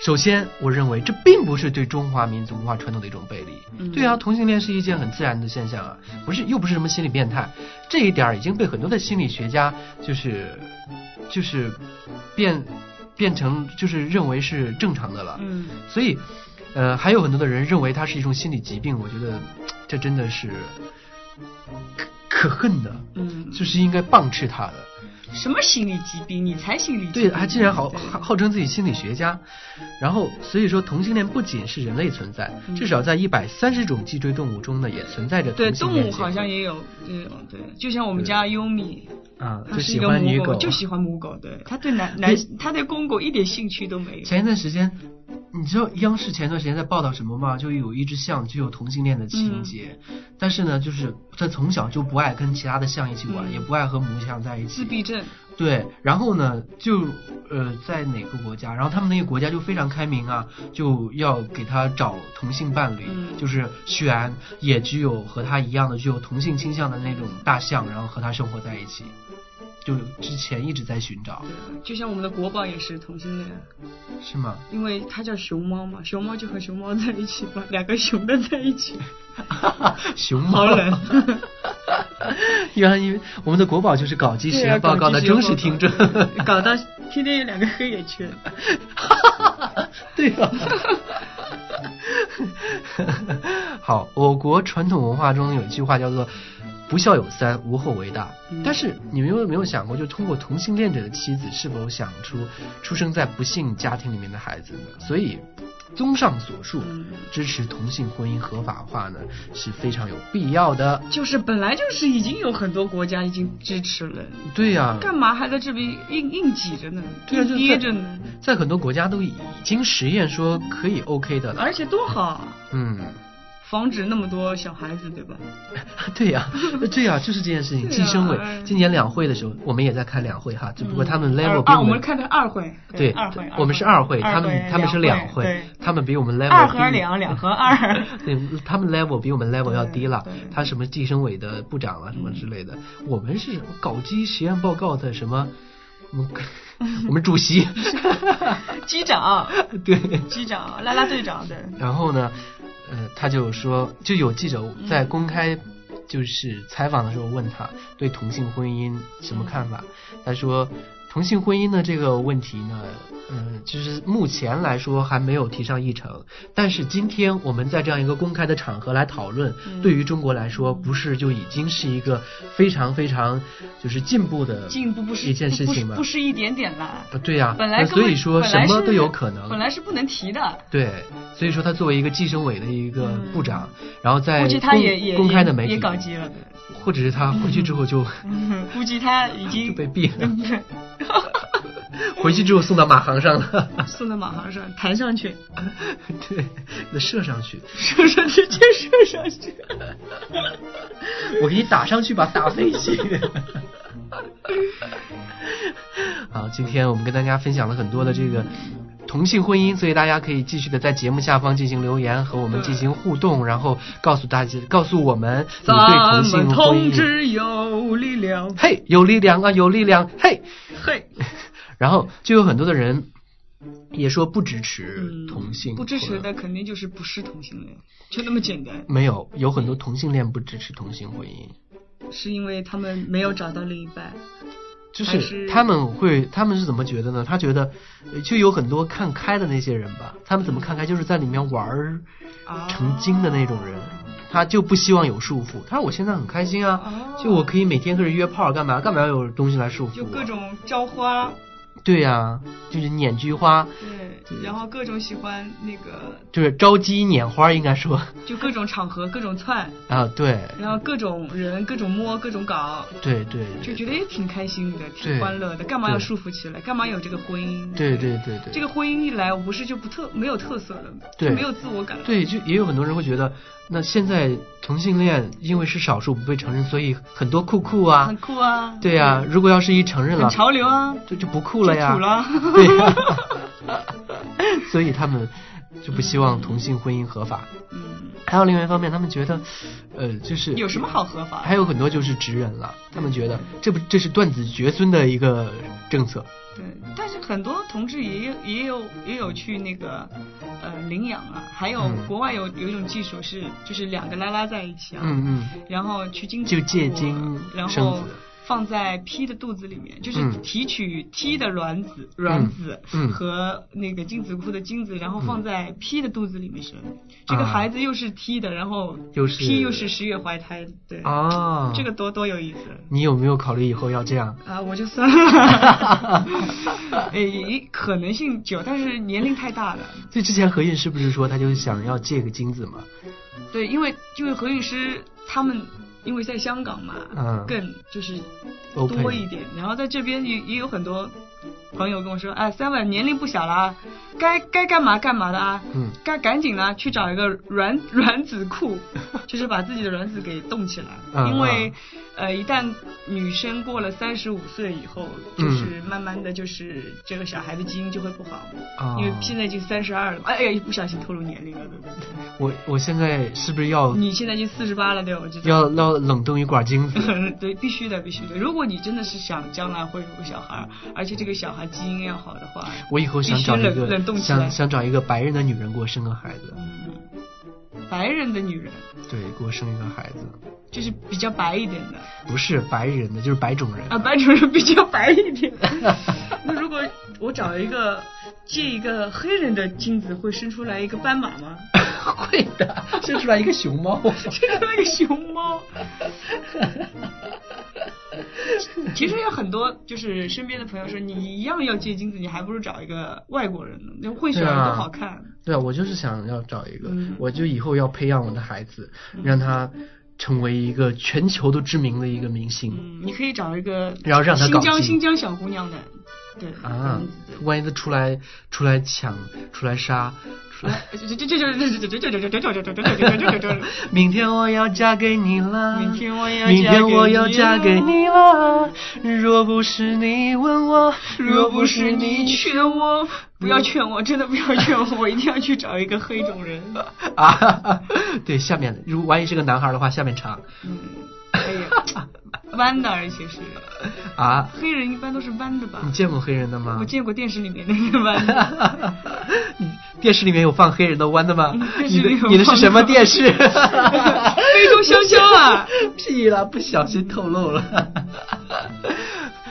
[SPEAKER 1] 首先，我认为这并不是对中华民族文化传统的一种背离。
[SPEAKER 2] 嗯
[SPEAKER 1] 对啊，同性恋是一件很自然的现象啊，不是又不是什么心理变态，这一点儿已经被很多的心理学家就是就是变变成就是认为是正常的了。
[SPEAKER 2] 嗯，
[SPEAKER 1] 所以，呃，还有很多的人认为它是一种心理疾病，我觉得这真的是可可恨的，
[SPEAKER 2] 嗯
[SPEAKER 1] 就是应该棒斥他的。
[SPEAKER 2] 什么心理疾病？你才心理疾病。
[SPEAKER 1] 对，还竟然号
[SPEAKER 2] 对
[SPEAKER 1] 号号称自己心理学家，然后所以说同性恋不仅是人类存在，
[SPEAKER 2] 嗯
[SPEAKER 1] 至少在一百三十种脊椎动物中呢，也存在着
[SPEAKER 2] 对
[SPEAKER 1] 同性
[SPEAKER 2] 动
[SPEAKER 1] 恋
[SPEAKER 2] 物
[SPEAKER 1] 结
[SPEAKER 2] 好
[SPEAKER 1] 构
[SPEAKER 2] 像也有这种对，就像我们家优米，
[SPEAKER 1] 啊，
[SPEAKER 2] 它
[SPEAKER 1] 就是
[SPEAKER 2] 一
[SPEAKER 1] 喜
[SPEAKER 2] 个
[SPEAKER 1] 欢女
[SPEAKER 2] 母
[SPEAKER 1] 狗，
[SPEAKER 2] 狗，就喜欢母狗，对，它 对男男，它对公狗一点兴趣都没有。
[SPEAKER 1] 前一段时间，你知道央视前段时间在报道什么吗？就有一只象具有同性恋的情节，
[SPEAKER 2] 嗯
[SPEAKER 1] 但是呢，就是它从小就不爱跟其他的象一起玩，
[SPEAKER 2] 嗯
[SPEAKER 1] 也不爱和母象在一起。
[SPEAKER 2] 自闭症，
[SPEAKER 1] 对，然后呢，就呃，在哪个国家，然后他们那个国家就非常开明啊，就要给他找同性伴侣，
[SPEAKER 2] 嗯
[SPEAKER 1] 就是选也具有和他一样的具有同性倾向的那种大象，然后和他生活在一起。就之前一直在寻找
[SPEAKER 2] 对，，就像我们的国宝也是同性恋，
[SPEAKER 1] 是 吗？
[SPEAKER 2] 因为它叫熊猫嘛，熊猫就和熊猫在一起吧，两个熊的在 一起。
[SPEAKER 1] 熊猫
[SPEAKER 2] 好冷
[SPEAKER 1] 原来因为我们的国宝就是搞基实
[SPEAKER 2] 对啊
[SPEAKER 1] 验报告的忠实听众。
[SPEAKER 2] 搞到 天天有两个黑眼圈。
[SPEAKER 1] 对 了。好，我国传统文化中有一句话叫做“不孝有三，无后为大”
[SPEAKER 2] 嗯
[SPEAKER 1] 但是你们有没有想过，就通过同性恋者的妻子是否想出出生在不幸家庭里面的孩子呢？所以，综上所述
[SPEAKER 2] 嗯，
[SPEAKER 1] 支持同性婚姻合法化呢是非常有必要的。
[SPEAKER 2] 就是本来就是已经有很多国家已经支持了，
[SPEAKER 1] 对呀、
[SPEAKER 2] 干嘛还在这边硬硬挤着呢？
[SPEAKER 1] 对啊，就
[SPEAKER 2] 硬
[SPEAKER 1] 在
[SPEAKER 2] 憋着呢，
[SPEAKER 1] 在很多国家都已经实验说可以 OK 的了。
[SPEAKER 2] 而且多好，啊
[SPEAKER 1] 嗯，
[SPEAKER 2] 防止那么多小孩子，对吧？
[SPEAKER 1] 对呀、对呀、就是这件事情。
[SPEAKER 2] 对啊
[SPEAKER 1] 计生委
[SPEAKER 2] 哎
[SPEAKER 1] 今年两会的时候，我们也在看两会哈，只不过他们 level
[SPEAKER 2] 二
[SPEAKER 1] 比
[SPEAKER 2] 啊，
[SPEAKER 1] 我
[SPEAKER 2] 我
[SPEAKER 1] 们
[SPEAKER 2] 们看的二会，
[SPEAKER 1] 对
[SPEAKER 2] 二会，，
[SPEAKER 1] 我们是二会，
[SPEAKER 2] 二
[SPEAKER 1] 他们他们是两会
[SPEAKER 2] 对，
[SPEAKER 1] 他们比我们 level
[SPEAKER 2] 二和
[SPEAKER 1] 低
[SPEAKER 2] 两，两和二，
[SPEAKER 1] 对，他们 level 比我们 level 要低了
[SPEAKER 2] 对嗯对。
[SPEAKER 1] 他什么计生委的部长啊，什么之类的，我们是搞基实验报告的什么， 嗯我们主席，
[SPEAKER 2] 机长，
[SPEAKER 1] 对，
[SPEAKER 2] 机长，啦啦队长，对，
[SPEAKER 1] 然后呢，呃，他就说，就有记者
[SPEAKER 2] 嗯
[SPEAKER 1] 在公开就是采访的时候问他对同性婚姻什么看法，他说。同性婚姻的这个问题呢，嗯，就是目前来说还没有提上议程。但是今天我们在这样一个公开的场合来讨论，
[SPEAKER 2] 嗯
[SPEAKER 1] 对于中国来说，不是就已经是一个非常非常就是进步的
[SPEAKER 2] 进步不是
[SPEAKER 1] 一件事情
[SPEAKER 2] 不
[SPEAKER 1] 吗
[SPEAKER 2] 是不？是一点点啦，
[SPEAKER 1] 呃对呀、
[SPEAKER 2] 本来
[SPEAKER 1] 那所
[SPEAKER 2] 根
[SPEAKER 1] 以
[SPEAKER 2] 本
[SPEAKER 1] 说
[SPEAKER 2] 本
[SPEAKER 1] 什
[SPEAKER 2] 来
[SPEAKER 1] 么
[SPEAKER 2] 是
[SPEAKER 1] 都有可能。
[SPEAKER 2] 本来是不能提的，
[SPEAKER 1] 对，所以说他作为一个计生委的一个部长，然后在
[SPEAKER 2] 嗯估计他
[SPEAKER 1] 公
[SPEAKER 2] 也也
[SPEAKER 1] 公开的媒
[SPEAKER 2] 也
[SPEAKER 1] 体，
[SPEAKER 2] 也搞基了，对。
[SPEAKER 1] 或者是他回去之后就、
[SPEAKER 2] 嗯估计他 已
[SPEAKER 1] 就
[SPEAKER 2] 经
[SPEAKER 1] 被毙了，回去之后送到马航上了，
[SPEAKER 2] 送到马航上，弹上去，
[SPEAKER 1] 对，那射上去，
[SPEAKER 2] 射上去，直接射上去。
[SPEAKER 3] 我给你打上去吧，打飞机。
[SPEAKER 1] 好，今天我们跟大家分享了很多的这个同性婚姻，所以大家可以继续的在节目下方进行留言，和我们进行互动，然后告诉大家，告诉我们你对
[SPEAKER 2] 咱
[SPEAKER 1] 同性婚
[SPEAKER 2] 们同
[SPEAKER 1] 姻，
[SPEAKER 2] 志有力量，
[SPEAKER 1] 嘿，有力量啊，有力量，嘿，
[SPEAKER 2] 嘿，
[SPEAKER 1] 然后就有很多的人也说不支持
[SPEAKER 2] 嗯
[SPEAKER 1] 同性婚，
[SPEAKER 2] 不支持的肯定就是不是同性恋，就那么简单，
[SPEAKER 1] 没有，有很多同性恋不支持同性婚姻。
[SPEAKER 2] 是因为他们没有找到另一半。
[SPEAKER 1] 就
[SPEAKER 2] 还
[SPEAKER 1] 是
[SPEAKER 2] 是
[SPEAKER 1] 他们会，他们是怎么觉得呢？他觉得，呃就有很多看开的那些人吧，他们怎么看开，就是在里面玩儿
[SPEAKER 2] 啊
[SPEAKER 1] 成精的那种人，他就不希望有束缚。他说我现在很开心啊
[SPEAKER 2] 哦，
[SPEAKER 1] 就我可以每天跟人约炮，干嘛干嘛要有东西来束缚
[SPEAKER 2] 就
[SPEAKER 1] 我？
[SPEAKER 2] 各种招花，
[SPEAKER 1] 对呀、就是撵菊花，嗯
[SPEAKER 2] 对，然后各种喜欢那个，
[SPEAKER 1] 就是招鸡撵花，应该说
[SPEAKER 2] 就各种场合各种窜，
[SPEAKER 1] 啊，对
[SPEAKER 2] 然后各种人各种摸各种搞，
[SPEAKER 1] 对对
[SPEAKER 2] 就
[SPEAKER 1] 对
[SPEAKER 2] 觉得也挺开心的，
[SPEAKER 1] 对
[SPEAKER 2] 挺欢乐的。干嘛要
[SPEAKER 1] 对
[SPEAKER 2] 束缚起来？干嘛有这个婚姻？
[SPEAKER 1] 对对对对，
[SPEAKER 2] 这个婚姻一来，我不是就不特没有特色了，
[SPEAKER 1] 对
[SPEAKER 2] 就没有自我感了。
[SPEAKER 1] 对，就也有很多人会觉得，那现在同性恋因为是少数不被承认，所以很多酷酷啊
[SPEAKER 2] 很，酷啊，
[SPEAKER 1] 对呀、如果要是一承认了
[SPEAKER 2] 很，潮流啊，
[SPEAKER 1] 就就不酷了呀，
[SPEAKER 2] 就土了
[SPEAKER 1] 对呀、 所以他们就不希望同性婚姻合法。
[SPEAKER 2] 嗯，
[SPEAKER 1] 还有另外一方面，他们觉得，呃，就是
[SPEAKER 2] 有什么好合法的？
[SPEAKER 1] 还有很多就是直人了，他们觉得这不这是断子绝孙的一个政策，
[SPEAKER 2] 对，但是很多同志也有也有也有去那个呃领养啊，还有
[SPEAKER 1] 嗯
[SPEAKER 2] 国外有有一种技术是就是两个拉拉在一起啊，
[SPEAKER 1] 嗯嗯，
[SPEAKER 2] 然后去精子
[SPEAKER 1] 就借
[SPEAKER 2] 库
[SPEAKER 1] 精
[SPEAKER 2] 然
[SPEAKER 1] 生
[SPEAKER 2] 后
[SPEAKER 1] 子
[SPEAKER 2] 放在 P 的肚子里面，就是
[SPEAKER 1] 嗯
[SPEAKER 2] 提取 T 的卵子、卵子
[SPEAKER 1] 嗯
[SPEAKER 2] 和那个精子库的精子，然后放在 P 的肚子里面生。这
[SPEAKER 1] 啊
[SPEAKER 2] 个孩子又是 T 的，然后
[SPEAKER 1] 又是
[SPEAKER 2] P 又是十月怀胎，对，
[SPEAKER 1] 啊，
[SPEAKER 2] 这个多多有意思。
[SPEAKER 1] 你有没有考虑以后要这样？
[SPEAKER 2] 啊，我就算了，诶，可能性有，但是年龄太大了。
[SPEAKER 1] 所以之前何韵是不是说她就是想要借个精子嘛？
[SPEAKER 2] 对，因为因为何律师他们因为在香港嘛，
[SPEAKER 1] 嗯
[SPEAKER 2] 更就是多
[SPEAKER 1] Open
[SPEAKER 2] 一点。然后在这边也也有很多朋友跟我说，哎，Seven 年龄不小了啊，该该干嘛干嘛的啊，
[SPEAKER 1] 嗯
[SPEAKER 2] 该赶紧呢去找一个卵卵 子库，就是把自己的卵子给冻起来，
[SPEAKER 1] 嗯
[SPEAKER 2] 因为呃一旦女生过了三十五岁以后，
[SPEAKER 1] 嗯
[SPEAKER 2] 就是慢慢的就是这个小孩的基因就会不好，
[SPEAKER 1] 啊，
[SPEAKER 2] 因为现在已经三十二了，哎呀，一不小心透露年龄了，对不对？
[SPEAKER 1] 我我现在是不是要
[SPEAKER 2] 你现在已经四十八了，对吧，我知道。
[SPEAKER 1] 要要冷冻一管精子？
[SPEAKER 2] 对，必须的，必须的。如果你真的是想将来会有个小孩儿，而且这个小孩基因要好的话，
[SPEAKER 1] 我以后想找一
[SPEAKER 2] 必须冷冷
[SPEAKER 1] 个
[SPEAKER 2] 冻起
[SPEAKER 1] 想
[SPEAKER 2] 来
[SPEAKER 1] 想找一个白人的女人给我生个孩子，
[SPEAKER 2] 嗯，白人的女人
[SPEAKER 1] 对，给我生一个孩子，
[SPEAKER 2] 就是比较白一点的
[SPEAKER 1] 不是白人的，就是白种人
[SPEAKER 2] 啊，白种人比较白 一点。那如果我找一个借一个黑人的精子，会生出来一个斑马吗？
[SPEAKER 1] 会的，生出来一个熊猫。
[SPEAKER 2] 生出来一个熊猫。其实有很多，就是身边的朋友说，你一样要借精子，你还不如找一个外国人呢，那混血
[SPEAKER 1] 对啊
[SPEAKER 2] 儿多好看。
[SPEAKER 1] 对啊，我就是想要找一个，
[SPEAKER 2] 嗯
[SPEAKER 1] 我就以后要培养我的孩子，让他成为一个全球都知名的一个明星、
[SPEAKER 2] 嗯，你可以找一个，
[SPEAKER 1] 然后让他搞
[SPEAKER 2] 新疆
[SPEAKER 1] 基因
[SPEAKER 2] 新疆小姑娘的，对
[SPEAKER 1] 啊，万一他出来出来抢、出来杀、出来，
[SPEAKER 2] 这这这这这这这这这这这这这这这这这，
[SPEAKER 1] 明天我要嫁给你啦，
[SPEAKER 2] 明天我要
[SPEAKER 1] 明
[SPEAKER 2] 嫁给
[SPEAKER 1] 天我要
[SPEAKER 2] 你
[SPEAKER 1] 嫁给
[SPEAKER 2] 啦
[SPEAKER 1] 你啦，若不是你问我，若
[SPEAKER 2] 若
[SPEAKER 1] 不
[SPEAKER 2] 不
[SPEAKER 1] 是
[SPEAKER 2] 是
[SPEAKER 1] 你
[SPEAKER 2] 你
[SPEAKER 1] 去
[SPEAKER 2] 劝我，不要劝我，真的不要劝我，我一定要去找一个黑种人。
[SPEAKER 1] 啊， 对，下面如果万一是个男孩的话，下面长
[SPEAKER 2] 嗯，哎呀，弯的，而且是
[SPEAKER 1] 啊，
[SPEAKER 2] 黑人一般都是弯的吧？
[SPEAKER 1] 你见过黑人的吗？
[SPEAKER 2] 我见过电视里面那个弯的，
[SPEAKER 1] 你电视里面有放黑人的弯的吗
[SPEAKER 2] 嗯？电视
[SPEAKER 1] 你的
[SPEAKER 2] 里有
[SPEAKER 1] 你的是
[SPEAKER 2] 放
[SPEAKER 1] 什么
[SPEAKER 2] 的
[SPEAKER 1] 电视？
[SPEAKER 2] 非洲香蕉啊！
[SPEAKER 1] 屁啦，不小心透露了。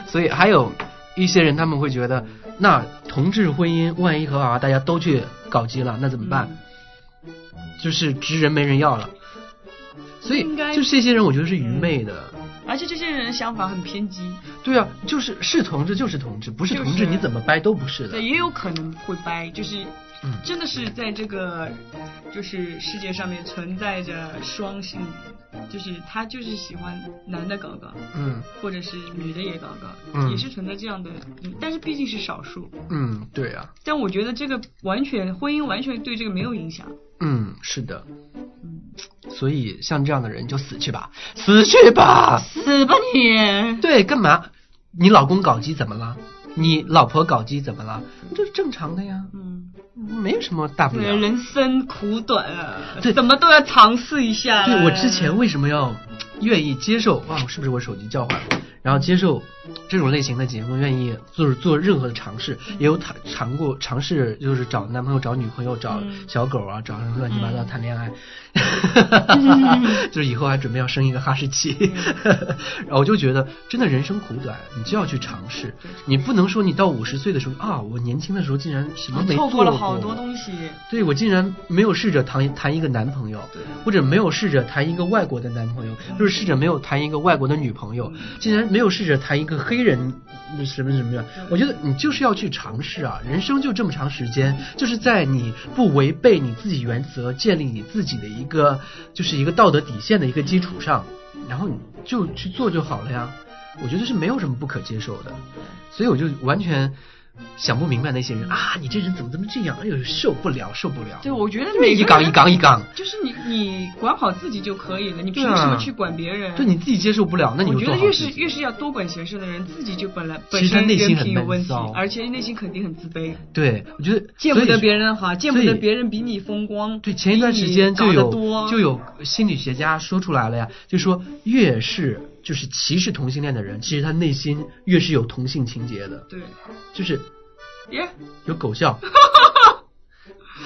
[SPEAKER 1] 所以还有一些人他们会觉得，那同志婚姻万一合法化，大家都去搞基了，那 怎么办？
[SPEAKER 2] 嗯
[SPEAKER 1] 就是直人没人要了。所以
[SPEAKER 2] 应该
[SPEAKER 1] 就是这些人，我觉得是愚昧的。
[SPEAKER 2] 而且这些人想法很偏激，
[SPEAKER 1] 对啊，就是是同志就是同志，不是
[SPEAKER 2] 就
[SPEAKER 1] 同志
[SPEAKER 2] 是啊
[SPEAKER 1] 你怎么掰都不是的
[SPEAKER 2] 对，。也有可能会掰，就是
[SPEAKER 1] 嗯
[SPEAKER 2] 真的是在这个就是世界上面存在着双性，就是他就是喜欢男的搞搞，
[SPEAKER 1] 嗯
[SPEAKER 2] 或者是女的也搞搞，
[SPEAKER 1] 嗯
[SPEAKER 2] 也是存在这样的，嗯但是毕竟是少数。
[SPEAKER 1] 嗯，对啊，
[SPEAKER 2] 但我 觉得这个完全婚姻完全对这个没有影响，
[SPEAKER 1] 嗯是的。所以像这样的人就死去吧，死去吧。
[SPEAKER 2] 死吧你！
[SPEAKER 1] 对，干嘛？你老公搞基怎么了？你老婆搞基怎么了？这是正常的呀，
[SPEAKER 2] 嗯，
[SPEAKER 1] 没有什么大不了。
[SPEAKER 2] 对，人生苦短啊，
[SPEAKER 1] 对
[SPEAKER 2] 怎么都要尝试一下。
[SPEAKER 1] 对我之前为什么要愿意接受？哇，是不是我手机叫唤了？然后接受这种类型的节目，愿意就是做任何的尝试，
[SPEAKER 2] 嗯
[SPEAKER 1] 也有尝尝过尝试，就是找男朋友、找女朋友、找
[SPEAKER 2] 嗯
[SPEAKER 1] 小狗啊，找什么乱七八糟
[SPEAKER 2] 嗯
[SPEAKER 1] 谈恋爱，
[SPEAKER 2] 嗯
[SPEAKER 1] 就是以后还准备要生一个哈士奇，然 后我就觉得真的人生苦短，你就要去尝试，你不能说你到五十岁的时候啊，我年轻的时候竟然什么
[SPEAKER 2] 啊
[SPEAKER 1] 没做
[SPEAKER 2] 错过了好
[SPEAKER 1] 过
[SPEAKER 2] 多东西。
[SPEAKER 1] 对我竟然没有试着谈谈一个男朋友，或者没有试着谈一个外国的男朋友，或者试着没有谈一个外国的女朋友，竟然没有试着谈一个黑人嗯什么什么样。我觉得你就是要去尝试啊，人生就这么长时间，就是在你不违背你自己原则，建立你自己的一个就是一个道德底线的一个基础上，然后你就去做就好了呀。我觉得是没有什么不可接受的，所以我就完全想不明白那些人啊，你这人怎么怎么这样？哎呦，受不了，受不了！
[SPEAKER 2] 对，我觉得
[SPEAKER 1] 就是
[SPEAKER 2] 每
[SPEAKER 1] 一
[SPEAKER 2] 个
[SPEAKER 1] 杠
[SPEAKER 2] 人
[SPEAKER 1] 一杠一杠，
[SPEAKER 2] 就是你你管好自己就可以了，你凭
[SPEAKER 1] 对啊
[SPEAKER 2] 什么去管别人？
[SPEAKER 1] 就你自己接受不了，那你
[SPEAKER 2] 我
[SPEAKER 1] 就
[SPEAKER 2] 觉
[SPEAKER 1] 做
[SPEAKER 2] 得
[SPEAKER 1] 好
[SPEAKER 2] 越
[SPEAKER 1] 自
[SPEAKER 2] 是
[SPEAKER 1] 己。
[SPEAKER 2] 越是要多管闲事的人，自己就本来本
[SPEAKER 1] 其实他
[SPEAKER 2] 身
[SPEAKER 1] 内心
[SPEAKER 2] 人
[SPEAKER 1] 很
[SPEAKER 2] 品有问题
[SPEAKER 1] 闷骚，
[SPEAKER 2] 而且内心肯定很自卑，
[SPEAKER 1] 对，我觉得
[SPEAKER 2] 见不
[SPEAKER 1] 所
[SPEAKER 2] 得
[SPEAKER 1] 以
[SPEAKER 2] 别人好，见不
[SPEAKER 1] 所
[SPEAKER 2] 得
[SPEAKER 1] 以
[SPEAKER 2] 别人比你风光。
[SPEAKER 1] 对，前一段时间就有就有心理学家说出来了呀，就说越是就是歧视同性恋的人，其实他内心越是有同性情节的，
[SPEAKER 2] 对，
[SPEAKER 1] 就是
[SPEAKER 2] 耶，
[SPEAKER 1] 有狗 笑。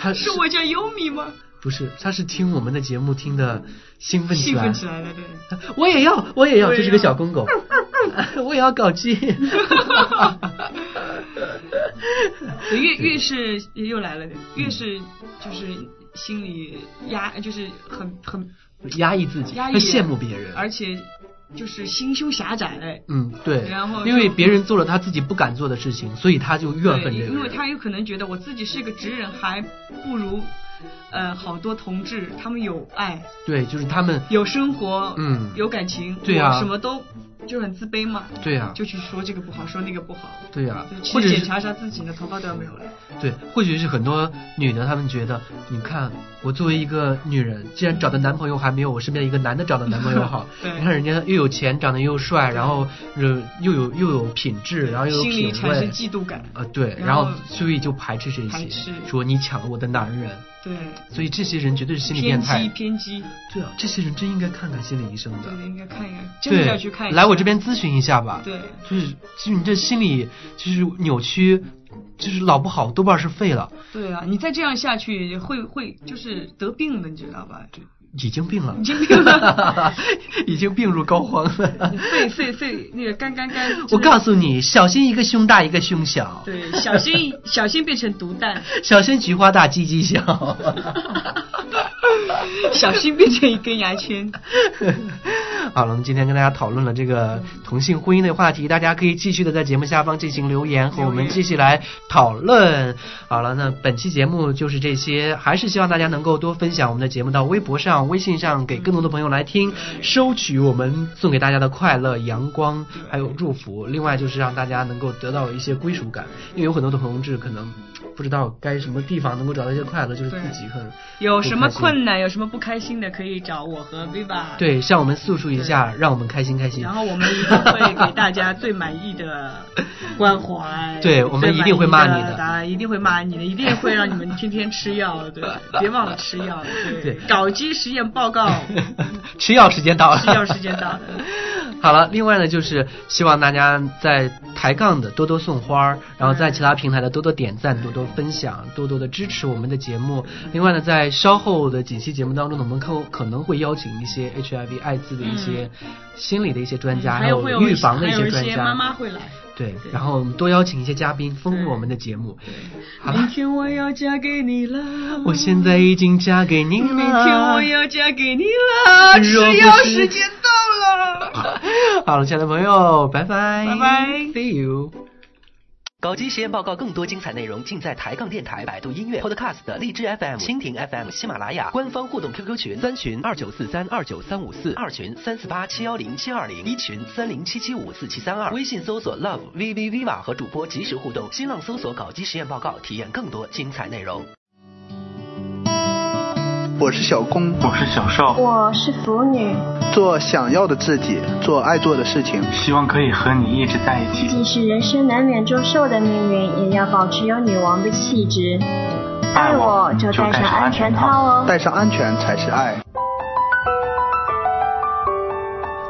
[SPEAKER 1] 他
[SPEAKER 2] 是我叫优米吗？
[SPEAKER 1] 不是，他是听我们的节目听的兴奋起
[SPEAKER 2] 兴
[SPEAKER 1] 来
[SPEAKER 2] 奋，起来了，对。
[SPEAKER 1] 我也要，我也要，
[SPEAKER 2] 我也嗯
[SPEAKER 1] 这是个小公狗， 我也要搞基。
[SPEAKER 2] 越越是又来了，越是就是心里压，就是很很
[SPEAKER 1] 压抑自己，
[SPEAKER 2] 压抑啊
[SPEAKER 1] 会羡慕别人，
[SPEAKER 2] 而且就是心胸狭窄。
[SPEAKER 1] 嗯，对，
[SPEAKER 2] 然后就
[SPEAKER 1] 因为别人做了他自己不敢做的事情，所以他就怨
[SPEAKER 2] 对，
[SPEAKER 1] 恨这个
[SPEAKER 2] 因为
[SPEAKER 1] 人。
[SPEAKER 2] 他有可能觉得我自己是个直人，还不如呃好多同志，他们有爱，
[SPEAKER 1] 对，就是他们，
[SPEAKER 2] 有生活，
[SPEAKER 1] 嗯
[SPEAKER 2] 有感情，
[SPEAKER 1] 对啊
[SPEAKER 2] 我什么都就很自卑嘛，
[SPEAKER 1] 对呀、
[SPEAKER 2] 就去说这个不好，说那个不好，
[SPEAKER 1] 对呀、
[SPEAKER 2] 就
[SPEAKER 1] 或者
[SPEAKER 2] 去检
[SPEAKER 1] 是
[SPEAKER 2] 查一下自己的头发都要没有了。，
[SPEAKER 1] 对，或许是很多女的，她们觉得，你看我作为一个女人，既然找的男朋友还没有我身边一个男的找的男朋友好
[SPEAKER 2] 对
[SPEAKER 1] 你看人家又有钱，长得又帅，然后呃又有又有品质，然后又有
[SPEAKER 2] 心
[SPEAKER 1] 品
[SPEAKER 2] 里产生
[SPEAKER 1] 味。
[SPEAKER 2] 嫉妒感，
[SPEAKER 1] 啊，对，
[SPEAKER 2] 然
[SPEAKER 1] 然后
[SPEAKER 2] 后
[SPEAKER 1] 所以就排斥这
[SPEAKER 2] 排
[SPEAKER 1] 些
[SPEAKER 2] 斥，
[SPEAKER 1] 说你抢了我的男人，
[SPEAKER 2] 对，
[SPEAKER 1] 所以这些人绝对是心理变
[SPEAKER 2] 偏激
[SPEAKER 1] 态。
[SPEAKER 2] 偏激，
[SPEAKER 1] 对啊，这些人真应该看看心理医生的
[SPEAKER 2] 对，，应该看一看，真
[SPEAKER 1] 对，
[SPEAKER 2] 的要去看一下。
[SPEAKER 1] 来我这，边咨询一下吧。，
[SPEAKER 2] 对，
[SPEAKER 1] 就是就是你这心理就是扭曲，就是老不好，多半是废了，
[SPEAKER 2] 对啊，你再这样下去会会就是得病的，你知道吧？
[SPEAKER 1] 已经病了，
[SPEAKER 2] 已经病了，
[SPEAKER 1] 已经病入膏肓了。
[SPEAKER 2] 肺肺肺那个肝肝肝，就是
[SPEAKER 1] 我告诉你，小心一个胸大一个胸小，
[SPEAKER 2] 对，小心 小心变成毒蛋，
[SPEAKER 1] 小心菊花大鸡鸡 小。
[SPEAKER 2] 小心变成一根牙签。
[SPEAKER 1] 好了，我们今天跟大家讨论了这个同性婚姻的话题，大家可以继续的在节目下方进行留言，和我们继续来讨论。好了，那本期节目就是这些，还是希望大家能够多分享我们的节目到微博上、微信上，给更多的朋友来听，收取我们送给大家的快乐、阳光还有祝福。另外就是让大家能够得到一些归属感，因为有很多的同志可能不知道该什么地方能够找到一些快乐，就是自己很
[SPEAKER 2] 有什
[SPEAKER 1] 不
[SPEAKER 2] 么
[SPEAKER 1] 开心
[SPEAKER 2] 困难，有什么不开心的，可以找我和 Viva。。
[SPEAKER 1] 对向我们诉说一下，让我们开心开心。
[SPEAKER 2] 然后我们一定会给大家最满意的关怀，
[SPEAKER 1] 对我们一定会骂你的
[SPEAKER 2] 最满意的答案，一定会骂你的，一定会让你们天天吃药，对，别忘了吃药，对，
[SPEAKER 1] 对
[SPEAKER 2] 搞基实验报告，
[SPEAKER 1] 吃药时间到了，
[SPEAKER 2] 吃药时间到了。
[SPEAKER 1] 好了，另外呢，就是希望大家在抬杠的多多送花儿，然后在其他平台的多多点赞、多多分享、多多的支持我们的节目。
[SPEAKER 2] 嗯
[SPEAKER 1] 另外呢，在稍后的几期节目当中呢，我们可可能会邀请一些 HIV 艾滋的一些心理的一些专家，
[SPEAKER 2] 嗯还有会有
[SPEAKER 1] 预防的
[SPEAKER 2] 还有
[SPEAKER 1] 些
[SPEAKER 2] 一
[SPEAKER 1] 专
[SPEAKER 2] 些
[SPEAKER 1] 家，
[SPEAKER 2] 妈妈会来。
[SPEAKER 1] 对，然后我们多邀请一些嘉宾，丰富我们的节目。
[SPEAKER 2] 嗯
[SPEAKER 1] 好
[SPEAKER 2] 明
[SPEAKER 1] 吧，
[SPEAKER 2] 天我要嫁给你了，
[SPEAKER 1] 我现在已经嫁给您了。
[SPEAKER 2] 明天嗯我要嫁给你了，
[SPEAKER 1] 若不
[SPEAKER 2] 吃
[SPEAKER 1] 是
[SPEAKER 2] 药时间到了。
[SPEAKER 1] 好了，亲爱的朋友，拜拜，
[SPEAKER 2] 拜拜
[SPEAKER 1] ，See you。搞基实验报告更多精彩内容尽在抬杠电台、百度音乐、Podcast、荔枝 FM、蜻蜓 FM、喜马拉雅官方互动 QQ 群三群二九四三二九三五四，二群三四八七幺零七二零，一群三零七七五四七三二。微信搜索 love v v v 瓦和主播及时互动，新浪搜索搞基实验报告，体验更多精彩内容。
[SPEAKER 5] 我是小公，
[SPEAKER 6] 我是小邵，
[SPEAKER 7] 我是腐女。
[SPEAKER 5] 做想要的自己，做爱做的事情。
[SPEAKER 6] 希望可以和你一直在一起。
[SPEAKER 7] 即使人生难免周受的命运，也要保持有女王的气质。
[SPEAKER 6] 爱
[SPEAKER 7] 我
[SPEAKER 6] 就
[SPEAKER 7] 戴
[SPEAKER 6] 上
[SPEAKER 7] 安
[SPEAKER 6] 全
[SPEAKER 7] 套哦。
[SPEAKER 5] 戴上安全才是爱。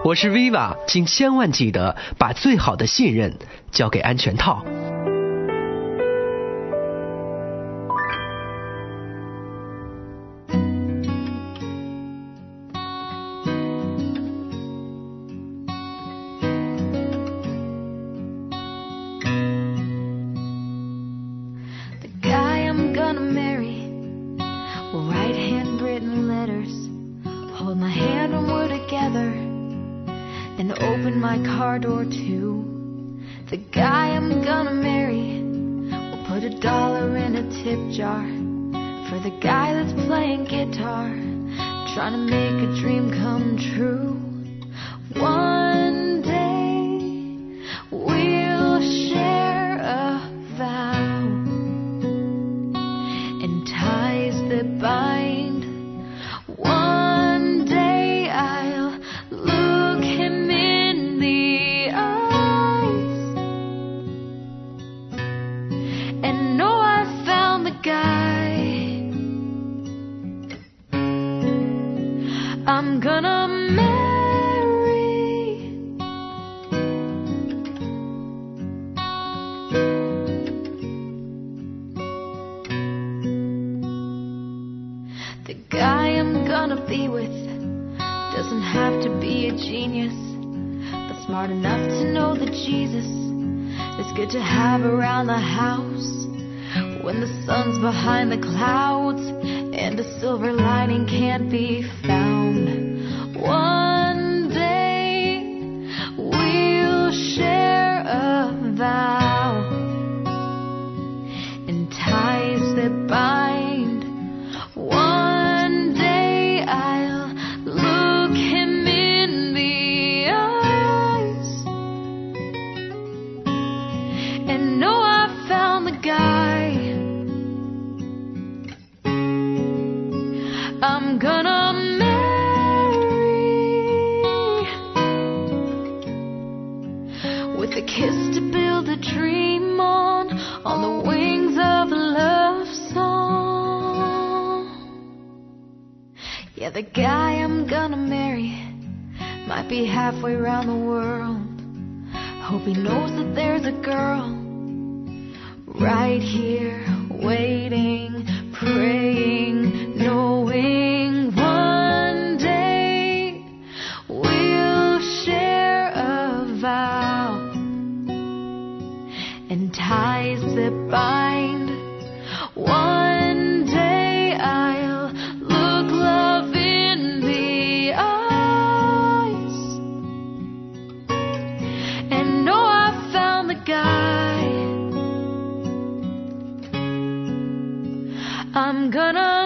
[SPEAKER 3] 我是 Viva，请千万记得把最好的信任交给安全套。
[SPEAKER 2] The guy I'm gonna marry will write handwritten letters, hold my hand when we're together, and open my car door too. The guy I'm gonna marry will put a dollar in a tip jar for the guy that's playing guitar, trying to make a dream come true. One day we'll share a vow and ties that bind. One day I'll look him in the eyes and know I found the guy. I'm gonna marry. The guy I'm gonna be with doesn't have to be a genius, but smart enough to know that Jesus is good to have around the house. When the sun's behind the clouds and a silver lining can't be found. One day we'll share a vow and ties that bind. One day I'll look him in the eyes and know I found the guy. I'm gonna marry with a kiss to build a dream on, on the wings of a love song. Yeah, the guy I'm gonna marry might be halfway around the world. Hope he knows that there's a girl right here, waiting, praying, knowing one day we'll share a vow and ties that bind. One day I'll look love in the eyes and know I found the guy. I'm gonna